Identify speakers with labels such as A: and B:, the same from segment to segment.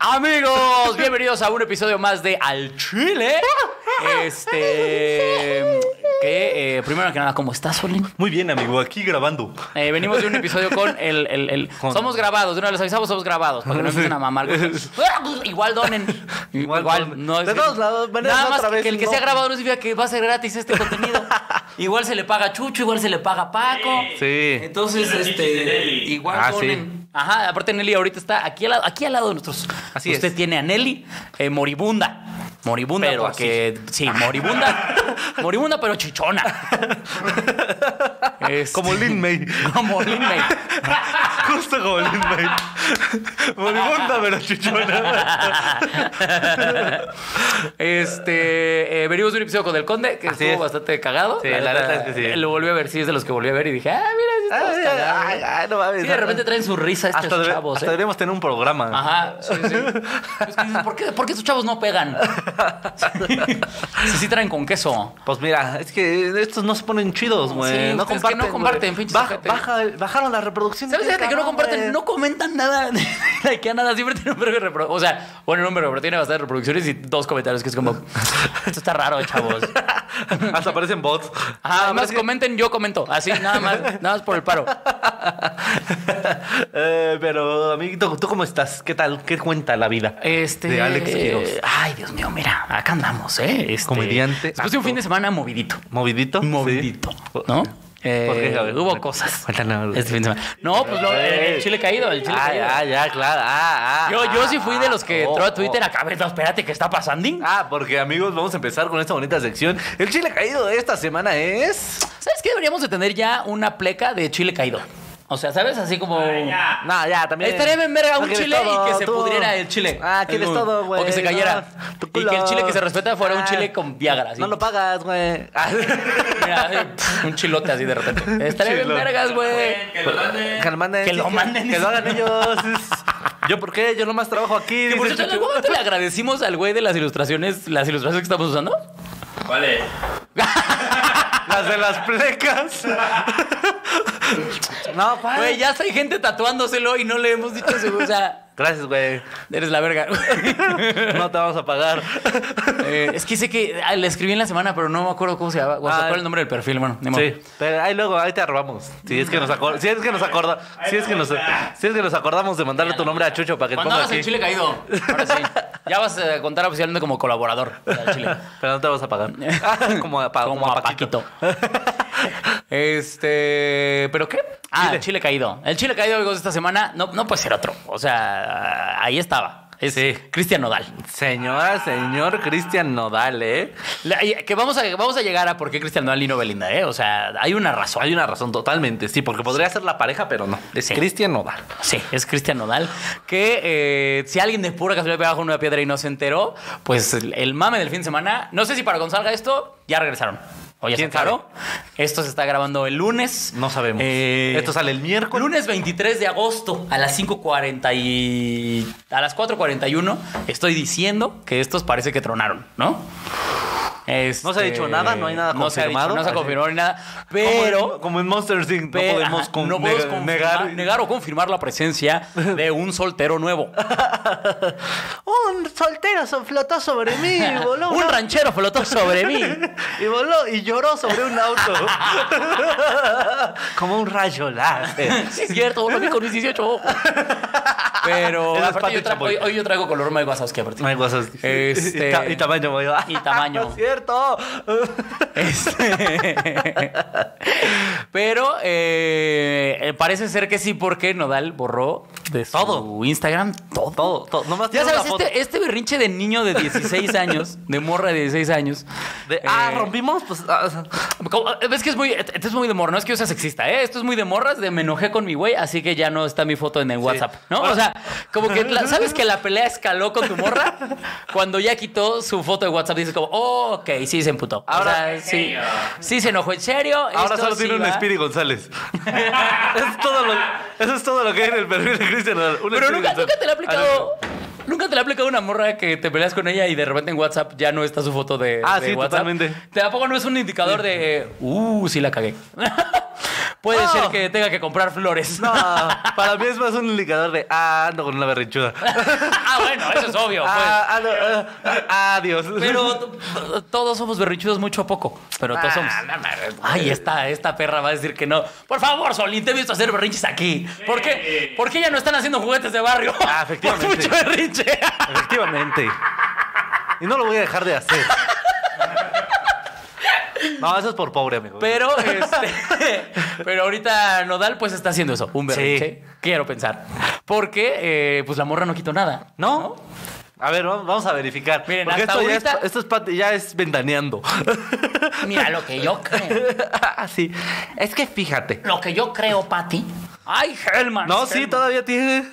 A: Amigos, bienvenidos a un episodio más de Al Chile. Este. Que, eh, primero que nada, ¿cómo estás, Solín?
B: Muy bien, amigo, aquí grabando.
A: Eh, venimos de un episodio con el. el- el-
B: Con-
A: Somos grabados, de una vez les avisamos, somos grabados. Para que no
B: Sí.
A: empiecen a mamar. Igual donen. Igual,
B: Igual donen.
A: no es-
B: De todas las maneras,
A: Nada más
B: otra vez
A: que el que
B: no.
A: sea grabado no significa que va a ser gratis este contenido. igual se le paga a Chucho, igual se le paga a Paco.
B: Sí.
A: Entonces, este. Igual
B: Ah,
A: donen. Ajá, aparte Nelly ahorita está aquí al lado, aquí al lado de nosotros.
B: Así
A: Usted
B: es.
A: tiene a Nelly eh, moribunda. Moribunda
B: Pero
A: porque... Sí, moribunda. moribunda pero chichona. Este-
B: Como Lin May.
A: Como Lin May.
B: Justo como Lin May. Moribunda, pero Ah, chichona.
A: este, eh, venimos de un episodio con el Conde, que
B: Así
A: estuvo
B: es.
A: bastante cagado.
B: Sí, la neta es que sí.
A: Lo volví a ver, sí, es de los que volví a ver y dije, ah, mira, sí,
B: Ay,
A: está cagado.
B: ay, ay, no mames.
A: Sí, de repente traen su risa estos
B: Hasta, debe-
A: chavos,
B: hasta
A: ¿eh?
B: deberíamos tener un programa.
A: Ajá, sí, sí. Es que dices, ¿por, qué, por qué esos chavos no pegan? Sí, sí traen con queso.
B: Pues mira, es que estos no se ponen chidos, güey.
A: Sí,
B: no
A: ustedes que
B: comparten.
A: no comparten,
B: güey.
A: pinches
B: Baja-
A: ojete.
B: baja- bajaron la reproducción.
A: ¿Sabes? Fíjate que no comparten,
B: No
A: no comentan nada de que a nada. Siempre tiene un verbo de reproducciones. O sea, bueno, un verbo, pero tiene bastantes reproducciones y dos comentarios que es como, esto está raro, chavos.
B: Hasta aparecen bots.
A: Ajá, además
B: Aparecen-
A: comenten, yo comento. Así, nada más, nada más por el paro.
B: Eh, pero, amiguito, ¿tú cómo estás? ¿Qué tal? ¿Qué cuenta la vida?
A: Este.
B: De Alex Quiroz.
A: Ay, Dios mío, mira, acá andamos, ¿eh? Este,
B: Comediante,
A: Después de un
B: actor.
A: fin de semana movidito.
B: ¿Movidito?
A: Movidito, ¿no? Eh,
B: ¿Por qué, Gabriel?
A: hubo cosas.
B: Cuéntanos.
A: Este fin de semana. No, pues lo- el chile caído, el
B: Sí.
A: chile
B: Eh, Ah,
A: caído.
B: ya, ya, claro. Ah, ah,
A: Yo, yo sí fui de los que
B: ah,
A: entró
B: oh,
A: a Twitter
B: oh.
A: acá, a ver, no, espérate, ¿qué está pasando?
B: Ah, porque amigos, vamos a empezar con esta bonita sección. El chile caído de esta semana es.
A: ¿Sabes qué? Deberíamos de tener ya una pleca de chile caído. O sea, ¿sabes? Así como...
B: No, ya, también.
A: Estaría bien verga
B: No
A: un
B: quieres
A: chile
B: todo,
A: y que se
B: tú.
A: pudriera el chile.
B: Ah, quieres
A: Algún-
B: todo, güey.
A: O que se
B: No,
A: cayera.
B: tu
A: y que el
B: culo.
A: chile que se respeta fuera un
B: Ah,
A: chile con Viagra. así.
B: No lo pagas, güey. Ah,
A: Mira, así, pf, un chilote así de repente. Estaría bien
B: Chilote.
A: vergas, güey.
B: Que lo manden.
A: Que lo
B: sí,
A: manden.
B: Que lo hagan ellos. ¿Yo por qué? Yo nomás trabajo aquí.
A: Que por
B: dice
A: cierto, en
B: Chucho.
A: algún momento le agradecimos al güey de las ilustraciones, las ilustraciones que estamos usando.
B: Las de las plecas. no, pa.
A: Güey, ya hay gente tatuándoselo y no le hemos dicho eso. O sea,
B: Gracias, güey.
A: eres la verga.
B: No te vamos a pagar.
A: Eh, es que sé que ah, le escribí en la semana, pero no me acuerdo cómo se llama. O sea,
B: Ah,
A: cuál es el nombre del perfil, bueno, ni modo.
B: Sí, pero ahí luego, ahí te arrobamos. Si es que nos acordamos, si es que nos acorda, si es que nos, si es que nos acordamos de mandarle tu nombre a Chucho para que te
A: Cuando
B: ponga
A: hagas
B: aquí.
A: el chile caído, ahora sí. Ya vas a contar oficialmente como colaborador del chile.
B: Pero no te vas a pagar. como a, pa-
A: Como
B: como a
A: a
B: Paquito.
A: Este, ¿pero qué? Ah,
B: Chile.
A: el chile caído. El chile caído, amigos, esta semana no, no puede ser otro. O sea, ahí estaba. Es
B: Sí.
A: Cristian Nodal.
B: Señora, señor Cristian Nodal, ¿eh?
A: La- y- que vamos a, vamos a llegar a por qué Cristian Nodal y no Belinda, ¿eh? O sea, hay una razón.
B: Hay una razón totalmente, sí, porque podría ser la pareja, pero no. Es
A: Sí.
B: Cristian Nodal.
A: Sí, es Cristian Nodal. Que eh, si alguien de pura casualidad pegaba con una piedra y no se enteró, pues el, el mame del fin de semana. No sé si para cuando salga esto, ya regresaron. O ya
B: ¿Quién
A: se aclaró. Esto se está grabando el lunes.
B: No sabemos.
A: Eh,
B: Esto sale el miércoles.
A: Lunes 23 de agosto a las 5.40 y... A las 4.41 estoy diciendo que estos parece que tronaron, ¿no? Este,
B: No se ha dicho nada, no hay nada
A: no se ha dicho,
B: confirmado.
A: no se ha
B: Así.
A: confirmado ni nada,
B: Como en-
A: pero...
B: como en, Monster Inc.
A: Pe-
B: no podemos,
A: ajá,
B: con-
A: no podemos
B: neg-
A: confirmar-
B: negar.
A: negar o confirmar la presencia de un soltero nuevo.
B: Un soltero so- flotó sobre mí y voló.
A: un
B: una-
A: ranchero flotó sobre mí.
B: y voló y lloró sobre un auto. Como un rayo láser.
A: Sí, es cierto, lo vi con mis 18 ojos. Pero
B: Eso es
A: aparte yo
B: Patrick
A: tra-
B: Chapoy.
A: hoy, hoy yo traigo color Mike Wazowski aparte.
B: No hay cosas.
A: Este-
B: Y, ta- y tamaño, güey.
A: Y tamaño.
B: Sí, es cierto.
A: Este. Pero eh, eh, parece ser que sí, porque Nodal borró de su
B: Todo.
A: Instagram todo.
B: Todo, todo. Nomás
A: Ya
B: tiene
A: sabes,
B: una foto.
A: este, este berrinche de niño de 16 años, de morra de 16 años.
B: De, ah,
A: eh,
B: rompimos, pues. ah,
A: como- Ves que es muy. Esto es muy de morra. No es que yo sea sexista, ¿eh? Esto es muy de morras. De me enojé con mi güey, así que ya no está mi foto en el WhatsApp, ¿no? O sea, como que la- sabes que la pelea escaló con tu morra. Cuando ya quitó su foto de WhatsApp, dices como, oh, ok, sí se emputó. Ahora
B: Ahora-
A: sí. Sí se enojó, en serio.
B: ahora
A: esto
B: solo
A: sí
B: tiene un
A: va".
B: Spiri González. eso, es todo lo, eso es todo lo que hay en el perfil de Cristian. Nodal, un
A: Pero
B: Spiri
A: nunca,
B: González.
A: nunca te la ha
B: Ah, no.
A: aplicado. Nunca te la ha aplicado una morra que te peleas con ella y de repente en WhatsApp ya no está su foto de,
B: Ah,
A: de
B: sí,
A: WhatsApp.
B: totalmente.
A: ¿Te ¿A poco no es un indicador de, uh, sí la cagué? Puede
B: No.
A: ser que tenga que comprar flores.
B: Oh. No, para mí es más un indicador de, ah, ando con una berrinchuda.
A: ah, bueno, eso es obvio. pues.
B: ah, ah, no, ah, ah, adiós.
A: Pero t- t- todos somos berrinchudos mucho a poco. Pero todos
B: Ah,
A: somos.
B: no mames.
A: Ay, esta, esta perra va a decir que no. Por favor, Solín, te he visto hacer berrinches aquí. ¿Por qué? ¿Por qué ya no están haciendo juguetes de barrio?
B: Ah, efectivamente.
A: Por mucho berrinche.
B: Efectivamente. Y no lo voy a dejar de hacer. No, eso es por pobre, amigo.
A: Pero, este, pero ahorita Nodal pues está haciendo eso, un berrinche. Quiero pensar. Porque eh, pues la morra no quitó nada.
B: ¿No? A ver, vamos vamos a verificar.
A: Miren,
B: Porque
A: hasta
B: esto, ya
A: ahorita-
B: es, esto es pat- ya es ventaneando.
A: Mira lo que yo creo.
B: Así. Es que fíjate.
A: Lo que yo creo, Pati. Ay, Helman.
B: No, Ah, sí,
A: Hellman.
B: todavía tiene.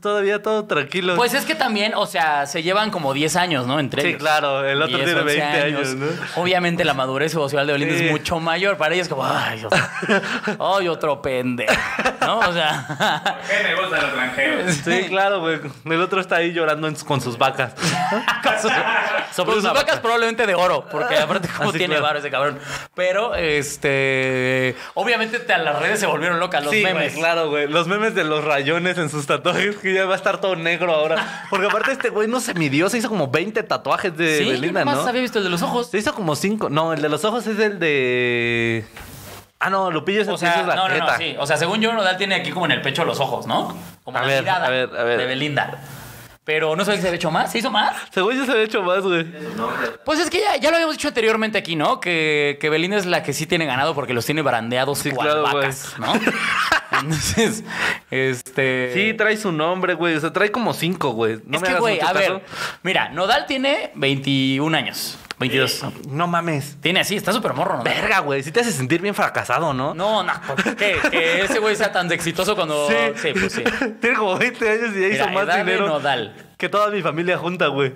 B: Todavía todo tranquilo.
A: Pues es que también, o sea, se llevan como 10 años, ¿no? Entre
B: Sí,
A: ellos.
B: claro, el otro
A: 10,
B: tiene
A: 11
B: 20 años, ¿no?
A: Obviamente la madurez social de Belinda
B: Sí.
A: es mucho mayor. Para ellos como, ay, o sea, ay, otro pendejo, ¿no? O sea...
C: ¿Qué me gusta los granjeros?
B: Sí, claro, güey. El otro está ahí llorando en- con sus vacas.
A: con sus, sobre sus
B: una
A: vacas
B: vaca.
A: probablemente de oro, porque aparte como
B: Ah, sí,
A: tiene
B: claro.
A: varo ese cabrón. Pero, este... Obviamente te- las redes se volvieron locas, los
B: sí, güey,
A: memes.
B: claro, güey. Los memes de los rayones en sus tatuajes, que ya va a estar todo negro ahora. Porque aparte este güey no se midió, se hizo como 20 tatuajes de
A: Sí,
B: Belinda,
A: yo nomás
B: ¿no?
A: había visto el de los ojos.
B: Se hizo como 5. No, el de los ojos es el de. Ah, no, Lupillo es el
A: O
B: que hizo
A: sea,
B: la
A: no, no, no,
B: jeta.
A: sí. O sea, según yo, Nodal tiene aquí como en el pecho los ojos, ¿no? Como
B: A
A: la
B: ver,
A: mirada
B: a ver, a ver.
A: de Belinda. Pero no sabía que se había hecho más. ¿Se hizo más?
B: Según yo se había hecho más, güey.
A: Pues es que ya, ya lo habíamos dicho anteriormente aquí, ¿no? Que, que Belinda es la que sí tiene ganado porque los tiene brandeados
B: Sí,
A: cual
B: claro,
A: vacas, ¿no? Entonces, este.
B: Sí, trae su nombre, güey. O sea, trae como 5, güey. No me
A: es que,
B: hagas
A: güey,
B: mucho
A: a
B: caso.
A: ver. Mira, Nodal tiene 21 años. 22.
B: Ah, No mames.
A: Tiene así, está súper morro, Nodal.
B: Verga, güey. Sí te hace sentir bien fracasado, ¿no?
A: No, no, que, que ese güey sea tan exitoso cuando. sí pues sí.
B: Tiene como 20 años y ya hizo
A: Mira, edad
B: más
A: de
B: dinero
A: Nodal.
B: que toda mi familia junta, güey.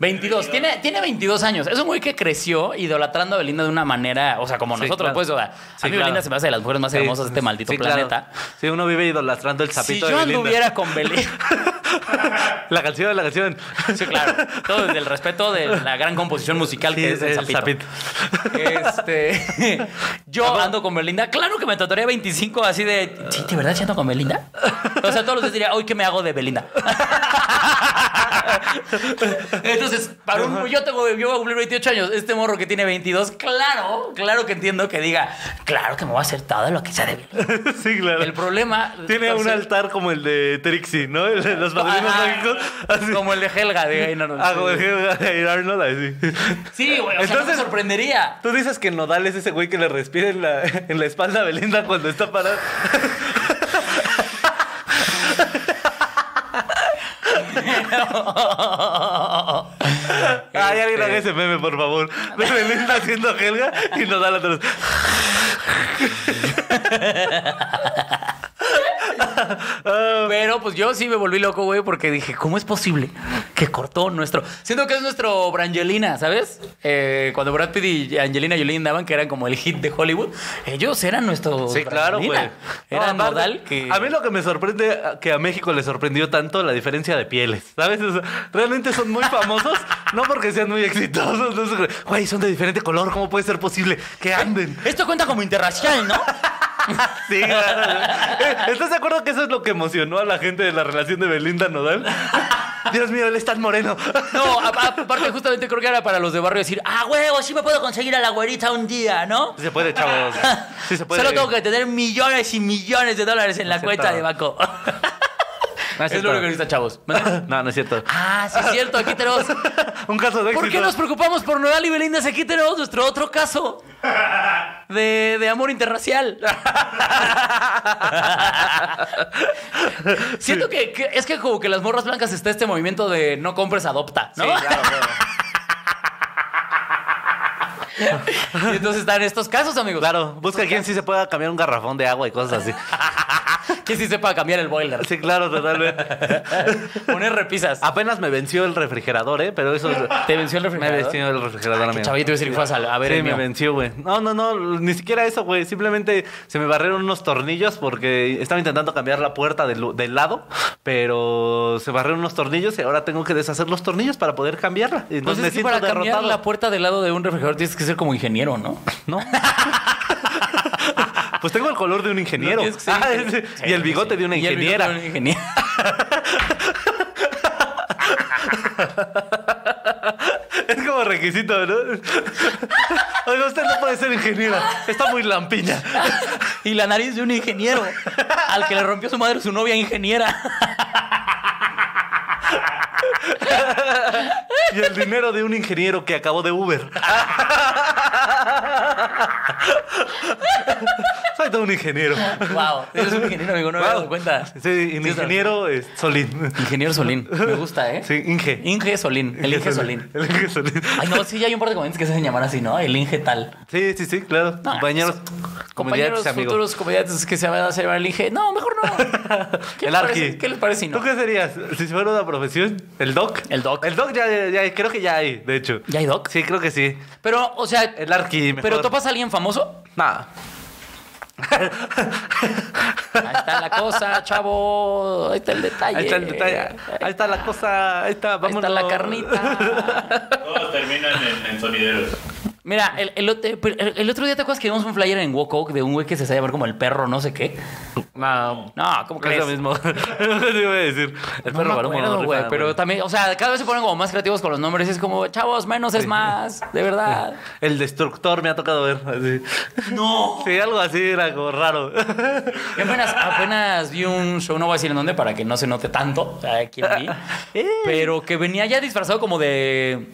A: 22, tiene, tiene 22 años. Es un güey que creció idolatrando a Belinda de una manera, o sea, como
B: Sí,
A: nosotros,
B: claro.
A: pues, o sea,
B: Sí,
A: a mí
B: claro.
A: Belinda se me hace de las mujeres más hermosas de este maldito
B: Sí, claro.
A: planeta.
B: Sí, uno vive idolatrando el
A: Si
B: sapito de
A: yo
B: Belinda.
A: anduviera con Belinda,
B: La canción, la canción.
A: sí, claro, todo desde el respeto de la gran composición musical
B: Sí,
A: que es, el sapito. Este, yo ando con Belinda, claro que me trataría 25 así de, sí, de verdad sí ando con Belinda. O sea, todos los días diría, hoy que me hago de Belinda. Entonces, para un yo tengo yo voy a cumplir 28 años, este morro que tiene 22, claro, claro que entiendo que diga, claro que me voy a hacer todo lo que sea de Belinda.
B: sí, claro.
A: El problema pues,
B: Tiene un
A: entonces,
B: altar como el de Trixie, ¿no? El de los padrinos
A: Ajá.
B: mágicos. Así.
A: como el de Helga de Hey Arnold.
B: Ah, como el de Arnold, así.
A: Sí, güey, o sea, no me
B: Entonces-
A: sorprendería.
B: Tú dices que Nodal es ese güey que le respira en la, en la espalda a Belinda cuando está parada. Ay, alguien
A: Este,
B: haga ese meme, por favor. De Belinda haciendo Helga y Nodal atrás.
A: Pero pues yo sí me volví loco, güey, porque dije, ¿cómo es posible que cortó nuestro? Siento que es nuestro Brangelina, ¿sabes? Eh, cuando Brad Pitt y Angelina Jolie andaban, que eran como el hit de Hollywood, ellos eran nuestro.
B: Sí, claro, güey.
A: Brangelina. Era
B: No, aparte,
A: modal que.
B: A mí lo que me sorprende eh, que a México le sorprendió tanto la diferencia de pieles, ¿sabes? O sea, realmente son muy famosos, no porque sean muy exitosos. no sé, güey, son de diferente color, ¿cómo puede ser posible que anden?
A: Esto cuenta como interracial, ¿no?
B: Sí, claro, güey. Eh, ¿Estás de acuerdo que eso es lo que emocionó a la gente de la relación de Belinda Nodal? Dios mío, él es tan moreno.
A: No, a- a- aparte justamente creo que era para los de barrio decir, ah, huevo, sí me puedo conseguir a la güerita un día, ¿no?
B: Sí se puede, chavos. Sí se puede.
A: Solo tengo que tener millones y millones de dólares en la
B: Aceptado.
A: cuenta de banco.
B: No, es
A: es
B: cierto.
A: lo único que necesita, chavos.
B: No, no es cierto.
A: Ah, sí es cierto, aquí tenemos.
B: Un caso de éxito.
A: ¿Por qué nos preocupamos por Nodal y Belinda si aquí tenemos nuestro otro caso? De, de amor interracial. Siento que, que- es que como que las morras blancas está este movimiento de no compres, adopta, ¿no?
B: Sí, claro, claro.
A: Y entonces están estos casos, amigos.
B: Claro, busca
A: Pues
B: quien sí se pueda cambiar un garrafón de agua y cosas así.
A: Que sí sepa cambiar el boiler.
B: Sí, claro, totalmente.
A: Poner repisas.
B: Apenas me venció el refrigerador, ¿eh? Pero eso.
A: ¿Te venció el
B: Me
A: refrigerador?
B: venció el refrigerador,
A: Qué
B: amigo.
A: Chavito, iba a decir, "Fuas a- a ver
B: Sí,
A: el
B: me
A: mío".
B: venció, güey. No, no, no, ni siquiera eso, güey. Simplemente se me barrieron unos tornillos porque estaba intentando cambiar la puerta del, lu- del lado, pero se barrieron unos tornillos y ahora tengo que deshacer los tornillos para poder cambiarla. Y
A: Pues
B: Entonces
A: es
B: me
A: que
B: siento
A: para cambiar
B: derrotado.
A: la puerta del lado de un refrigerador tienes que ser como ingeniero, ¿no?
B: No. pues tengo el color de un ingeniero.
A: Tienes que ser
B: Ah,
A: ingeniero.
B: es- y el bigote de una
A: Y el bigote
B: ingeniera.
A: de una ingeniera.
B: Es como requisito, ¿no? Oiga, usted no puede ser ingeniera. Está muy lampiña.
A: Y la nariz de un ingeniero. Al que le rompió su madre su novia ingeniera.
B: Y el dinero de un ingeniero que acabó de Uber. Soy todo un ingeniero.
A: Wow. Eres un ingeniero, amigo. No me había dado
B: Wow.
A: cuenta.
B: Sí, un ingeniero eh, Solín.
A: Ingeniero Solín. Me gusta, ¿eh?
B: Sí, Inge.
A: Inge Solín. El Inge Solín.
B: El Inge Solín.
A: Ay, no, sí, ya hay un par de comediantes que se hacen llamar así, ¿no? El Inge tal.
B: Sí, sí, sí, claro.
A: No,
B: compañeros,
A: Compañeros
B: comediantes, amigos.
A: futuros comediantes que se van a hacer llamar el Inge. No, mejor no. ¿Qué
B: el
A: les
B: Arqui.
A: parece? ¿Qué les parece si no?
B: ¿Tú qué serías? Si fuera una profesión, ¿el doc?
A: El doc.
B: El doc ya, ya- ya- creo que ya hay, de hecho.
A: ¿Ya hay doc?
B: Sí, creo que sí.
A: Pero, o sea...
B: El Arqui. mejor.
A: ¿Pero topas a alguien famoso?
B: Nada.
A: Ahí está la cosa, chavo. Ahí está el detalle.
B: Ahí está el detalle. Ahí está la cosa. Ahí está,
A: Ahí
B: vamos.
A: está la carnita.
C: Todos terminan en, en sonideros.
A: Mira, el, el ot- el- el otro día te acuerdas que vimos un flyer en Wokoke de un güey que se sabe llamar como el perro, no sé qué.
B: No.
A: No, ¿cómo
B: Es
A: crees?
B: lo mismo. Te iba a decir. El
A: No me
B: perro varón
A: acuerdo,
B: mono
A: güey,
B: rifa,
A: pero también, o sea, cada vez se ponen como más creativos con los nombres. Es como, chavos, menos es más, de verdad.
B: El destructor me ha tocado ver. Así. No. Sí, algo así era como raro.
A: Yo apenas, apenas vi un show, no voy a decir en dónde para que no se note tanto, o sea, quién vi, pero que venía ya disfrazado como de...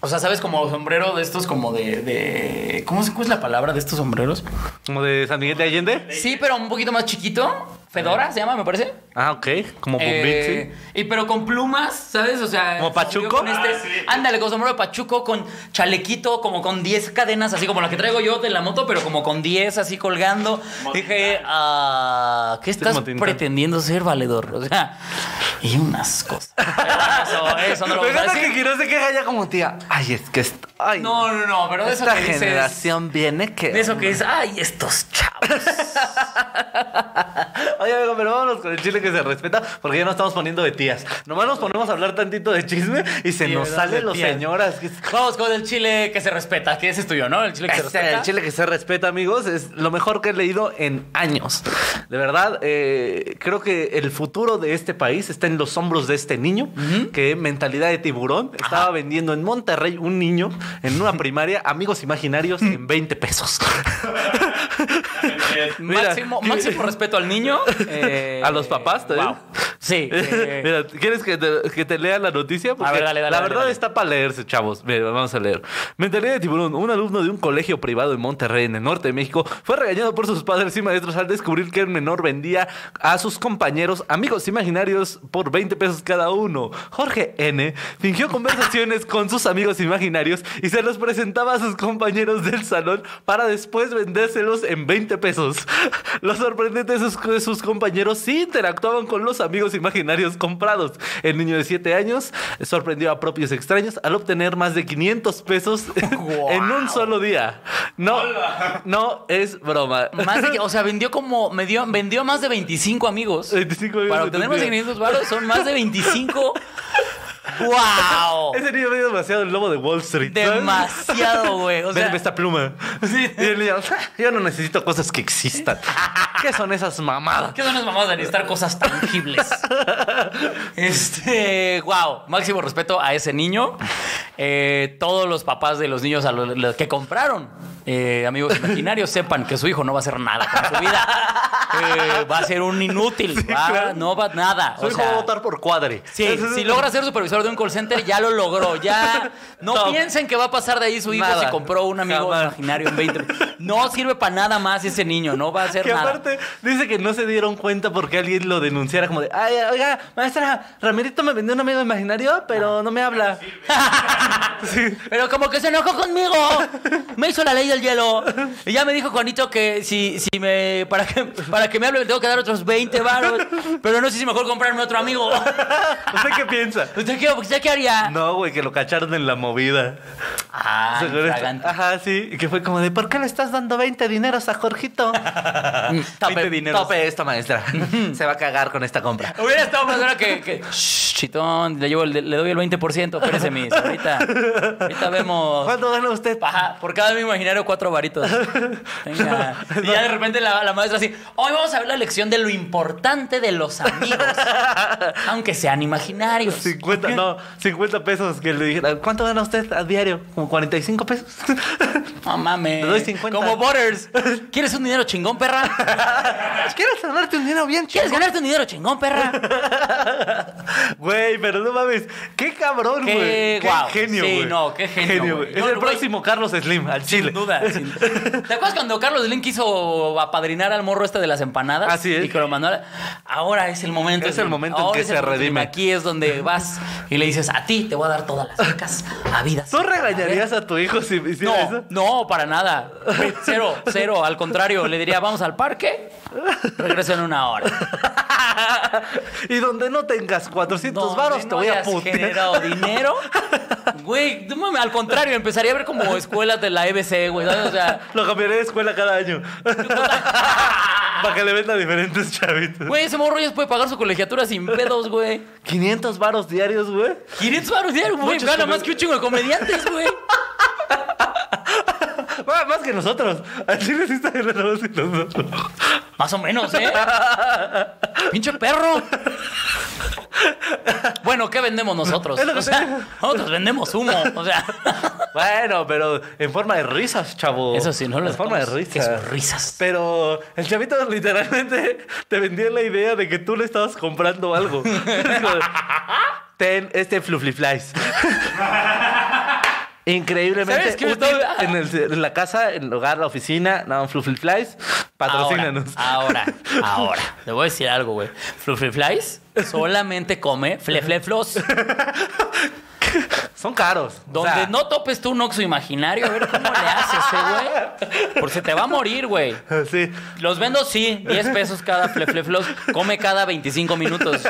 A: O sea, ¿sabes? Como sombrero de estos, como de... de ¿cómo, se- ¿Cómo es la palabra de estos sombreros?
B: Como de San Miguel de Allende.
A: Sí, pero un poquito más chiquito. Fedora se llama, me parece.
B: Ah, ok. Como
A: Eh,
B: Bombixi.
A: Y pero con plumas, ¿sabes? O sea,
B: ¿Como pachuco?
A: con este-
C: Ah, sí.
A: Ándale, con sombrero de pachuco, con chalequito, como con 10 cadenas, así como la que traigo yo de la moto, pero como con 10 así colgando. Dije, ah, ¿qué estás
B: Motintán.
A: pretendiendo ser valedor? O sea, y unas cosas. Pero Eso, eso no lo
B: Me
A: vamos a
B: encanta
A: decir.
B: que Quirós se queja ya como tía. Ay, es que est- ay,
A: No, no, no, pero de eso
B: esta
A: que dices-
B: generación viene que.
A: De eso que es, ay, estos chavos.
B: Oye, amigo, pero vámonos con el chile que se respeta, porque ya no estamos poniendo de tías. Nomás nos ponemos a hablar tantito de chisme y se
A: Sí,
B: nos
A: ¿verdad? De
B: salen los
A: tías.
B: señoras. que-
A: Vamos con el chile que se respeta, que ese es tuyo, ¿no? El chile que se
B: Este,
A: respeta.
B: el chile que se respeta, amigos, es lo mejor que he leído en años. De verdad, eh, creo que el futuro de este país está en los hombros de este niño, que mentalidad de tiburón estaba vendiendo en Monterrey un niño en una primaria amigos imaginarios en 20 pesos. Mira,
A: máximo,
B: ¿qué-
A: máximo respeto al niño. eh,
B: A los papás, ¿te-
A: wow. Sí. eh,
B: Mira, ¿quieres que te, que te lea la noticia? Porque
A: ver, dale, dale,
B: la
A: dale,
B: verdad
A: dale.
B: está para leerse, chavos. Mira, vamos a leer. Mentalidad de tiburón. Un alumno de un colegio privado en Monterrey, en el norte de México, fue regañado por sus padres y maestros al descubrir que el menor vendía a sus compañeros amigos imaginarios por 20 pesos cada uno. Jorge N. fingió conversaciones con sus amigos imaginarios y se los presentaba a sus compañeros del salón para después vendérselos en 20 pesos. Lo sorprendente es que sus compañeros sí interactuaban con los amigos imaginarios comprados. El niño de 7 años sorprendió a propios extraños al obtener más de 500 pesos en un solo día. No, no es broma.
A: más de que- o sea, vendió como. me dio- vendió más de 25 amigos.
B: 25 amigos
A: Para
B: en
A: obtener
B: un
A: más de
B: día.
A: 500 baros son más de 25. ¡Wow!
B: Ese niño ve demasiado el lobo de Wall Street. ¿sabes?
A: Demasiado, güey. O sea,
B: Venme esta pluma. Y el niño, yo no necesito cosas que existan. ¿Qué son esas mamadas?
A: ¿qué son las mamás de necesitar cosas tangibles? Este, wow. Máximo respeto a ese niño. Eh, todos los papás de los niños a los, los que compraron eh, amigos imaginarios, sepan que su hijo no va a hacer nada con su vida. Eh, va a ser un inútil. va- No va nada.
B: Su
A: o
B: hijo
A: sea,
B: va a votar por cuadre.
A: Sí, si logra ser supervisor de un call center, ya lo logró. Ya no
B: Top.
A: piensen que va a pasar de ahí su hijo
B: Nada.
A: si compró un amigo
B: Jamás.
A: imaginario en 20. No sirve para nada más ese niño, no va a hacer
B: Que
A: nada.
B: aparte dice que no se dieron cuenta porque alguien lo denunciara como de, ay, oiga, maestra, Ramirito me vendió un amigo imaginario, pero no me habla.
A: Pero como que se enojó conmigo. Me hizo la ley del hielo. Y ya me dijo Juanito que si, si me para que para que me hable le tengo que dar otros 20 baros, pero no sé si mejor comprarme otro amigo.
B: ¿Usted qué piensa?
A: ¿Usted qué, usted qué haría?
B: No, güey, que lo cacharon en la movida.
A: Ah,
B: Seguro-
A: infragante.
B: Ajá, sí. Y que fue como de, ¿por qué le estás dando 20 dineros a Jorgito?
A: Tope-
B: tope esto, maestra. Se va a cagar con esta compra.
A: Hubiera estado más hora que. que "Shh, chitón, le, llevo el- le doy el 20%. Espérese, mis. Ahorita, ahorita vemos.
B: ¿Cuánto gana usted? Ah,
A: Ajá, por cada amigo imaginario, cuatro varitos. Venga. Y ya de repente la, la maestra así. Hoy vamos a ver la lección de lo importante de los amigos. Aunque sean imaginarios.
B: 50, no, 50 pesos que le dijera. ¿Cuánto gana usted a diario? ¿Como 45 pesos?
A: No mames.
B: Te doy 50.
A: Como Butters. ¿Quieres un dinero chingón, perra?
B: ¿Quieres ganarte un dinero bien
A: ¿Quieres
B: chido?
A: ganarte un dinero chingón, perra?
B: Güey, pero no mames. Qué cabrón,
A: Qué
B: güey. Qué,
A: guau.
B: genio,
A: Sí,
B: güey.
A: no, qué genio, güey.
B: Es
A: No,
B: el
A: güey.
B: próximo Carlos Slim al Chile.
A: Sin duda. sin- ¿Te acuerdas cuando Carlos Slim quiso apadrinar al morro este de las empanadas?
B: Así es.
A: Y que lo mandó a la- Ahora es el momento.
B: Es el momento en
A: Ahora
B: que
A: es
B: se
A: el momento,
B: redime.
A: Slim. Aquí es donde vas y le dices, a ti te voy a dar todas las becas a vida.
B: ¿Tú regañarías a tu hijo si hiciera
A: No,
B: eso?
A: no, para nada. Cero, cero. Al contrario, le diría, vamos al parque, regreso en una hora.
B: y donde no tengas 400
A: Donde
B: varos,
A: no
B: te voy a
A: hayas
B: putear.
A: generado dinero. Güey, no mames, al contrario, empezaría a ver como escuelas de la EBC, güey. ¿sabes? O sea,
B: Lo cambiaré de escuela cada año. Para que le venda a diferentes chavitos.
A: Güey, ese morro ya puede pagar su colegiatura sin pedos, güey.
B: 500 varos diarios, güey.
A: 500 baros diarios, güey.
B: Muchos
A: Gana
B: comedi-
A: más que un chingo de comediantes, güey.
B: Ah, más que nosotros. Al chile sí está ganando más que nosotros.
A: Más o menos, ¿eh? Pinche perro. Bueno, ¿qué vendemos nosotros?
B: Es lo que
A: O sea,
B: te digo.
A: nosotros vendemos humo. O sea,
B: Bueno, pero en forma de risas, chavo.
A: eso sí, no lo
B: En forma de
A: dejamos, que
B: risas.
A: son risas.
B: Pero el chavito literalmente te vendía la idea de que tú le estabas comprando algo. Es como, Ten este Fluffy Flies. Increíblemente
A: ¿Sabes qué?
B: útil en, el- en la casa, en el hogar, la oficina, no, Fluffy Flies, patrocínanos.
A: Ahora, ahora, ahora. Te voy a decir algo, güey. Fluffy Flies solamente come flefleflos.
B: Son caros. o
A: Donde
B: sea,
A: no topes tú un oxo imaginario, a ver cómo le haces, eh, güey. Porque se te va a morir, güey.
B: Sí.
A: Los vendo, sí, 10 pesos cada flefleflos. Come cada 25 minutos.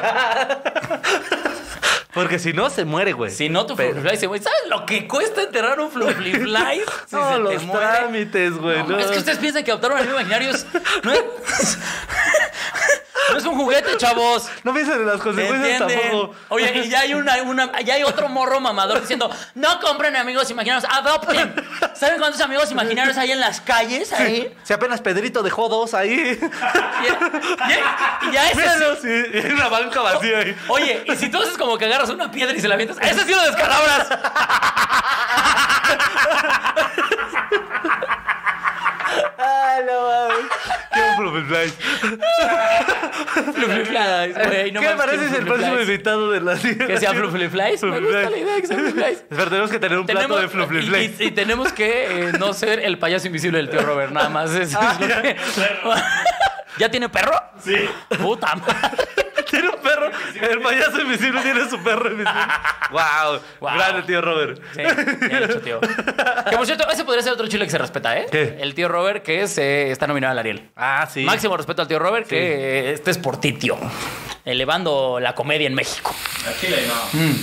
B: Porque si no, se muere, güey.
A: Si no, tu
B: Pero-
A: fluflifly se muere. ¿Sabes lo que cuesta enterrar un fluflifly? Si
B: No,
A: se te
B: los
A: muere?
B: trámites, güey.
A: No,
B: no.
A: Es que ustedes piensan que adoptar un amigo imaginario es... No es, no es un juguete, chavos.
B: No piensen en las
A: ¿Me
B: consecuencias
A: ¿Entienden?
B: tampoco.
A: Oye, y ya hay, una, una- ya hay otro morro mamador diciendo, no compren amigos imaginarios, adopten. ¿Saben cuántos amigos imaginarios hay en las calles? Ahí?
B: Si apenas Pedrito dejó dos ahí.
A: Y, y- y ya ese es-
B: Míralos, y- y en una banca vacía ahí.
A: Oye, y si tú haces como que agarras una piedra y se la avientas, ¡ese sí lo descalabras! Ah,
B: Qué Flufiflies.
A: Flufliflies, güey. No
B: ¿Qué
A: mames,
B: parece
A: que
B: el próximo
A: flufliflies.
B: invitado de la
A: Que sea Flufliflies. Me gusta la idea que sea Flufliflies.
B: Espera, tenemos que tener un plato de Flufiflies.
A: y, y- y tenemos que eh, no ser el payaso invisible del tío Robert, nada más. Eso
B: Ah,
A: es lo que- ¿Ya tiene perro?
C: Sí.
A: Puta madre.
B: Tiene un perro. El payaso invisible tiene su perro invisible. wow.
A: Wow.
B: Grande tío Robert.
A: Sí, bien hecho, tío. Que por cierto, ese podría ser otro chile que se respeta, ¿eh?
B: ¿Qué?
A: El tío Robert que es, eh, está nominado al Ariel.
B: Ah, sí.
A: Máximo respeto al tío Robert, que eh, este es por ti, tío. Elevando la comedia en México.
C: Aquí la no.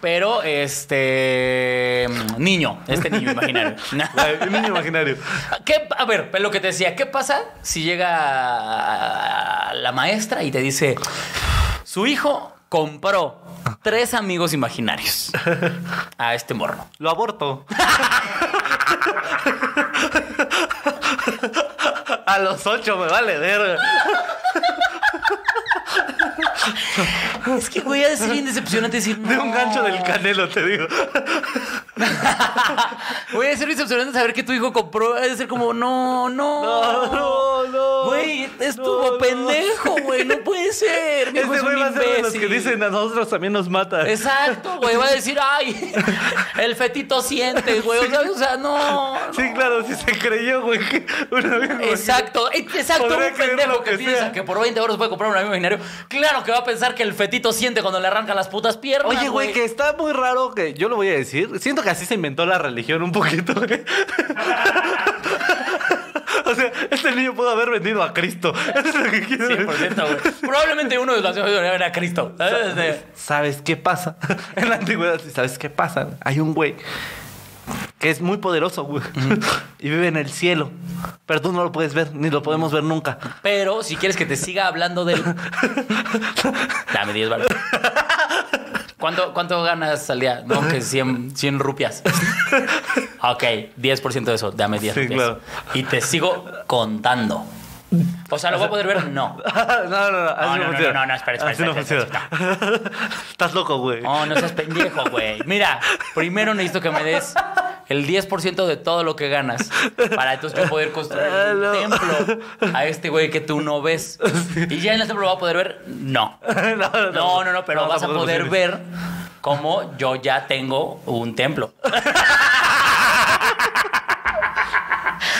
A: Pero, este. mm, Niño, este niño imaginario.
B: Ay, Un niño imaginario.
A: ¿Qué- a ver, pero lo que te decía, ¿qué pasa si llega la maestra y te dice: Su hijo compró tres amigos imaginarios a este morro?
B: Lo aborto. A los ocho me vale ver.
A: Es que voy a decir bien decepcionante decir.
B: De un
A: "No".
B: gancho del canelo, te digo.
A: Güey, es ser decepcionante saber que tu hijo compró. Es ser como, no, no.
B: No, no, no.
A: Güey, estuvo
B: No, no.
A: pendejo, güey. No puede ser. Mi hijo
B: Este
A: es
B: güey
A: un
B: va a ser de los
A: imbécil.
B: que dicen a nosotros también nos mata.
A: Exacto, güey. Va a decir, ay, el fetito siente, güey. O sea, o sea, no.
B: Sí, claro, sí se creyó, güey. que un amigo-
A: Exacto, exacto,
B: Podría
A: un
B: creer
A: pendejo
B: lo
A: que,
B: que
A: piensa
B: sea.
A: que por 20 euros puede comprar un amigo imaginario. Claro que va a pensar que el fetito siente cuando le arrancan las putas piernas.
B: Oye, güey, que está muy raro que yo lo voy a decir. Siento que así se inventó la religión un poquito, güey. O sea, este niño pudo haber vendido a Cristo. Eso es lo que quiero decir.
A: 100%, güey. Probablemente uno de los nacionales era Cristo. ¿sabes? Este, De-
B: ¿Sabes qué pasa? En la antigüedad, ¿sabes qué pasa? Hay un güey que es muy poderoso, güey. Y vive en el cielo. Pero tú no lo puedes ver, ni lo podemos ver nunca.
A: Pero si quieres que te siga hablando del. Dame 10 balas. ¿Cuánto, ¿Cuánto ganas al día? No, que 100, 100 rupias. Ok, 10% de eso. Dame 10
B: Sí,
A: rupias.
B: claro.
A: Y te sigo contando. O sea, ¿lo voy a poder ver? No.
B: No, no, no. Así
A: no, no,
B: funciona.
A: no, no, espera, espera,
B: Así no
A: espera, espera,
B: funciona. Estás loco, güey.
A: Oh, no seas pendejo, güey. Mira, primero necesito que me des el 10% de todo lo que ganas para entonces yo poder construir
B: Ah,
A: un
B: no.
A: templo a este güey que tú no ves. Y ya en el templo lo va a poder ver, no.
B: No, no,
A: No, no, no, pero vas a
B: tampoco
A: poder
B: funciona.
A: ver cómo yo ya tengo un templo.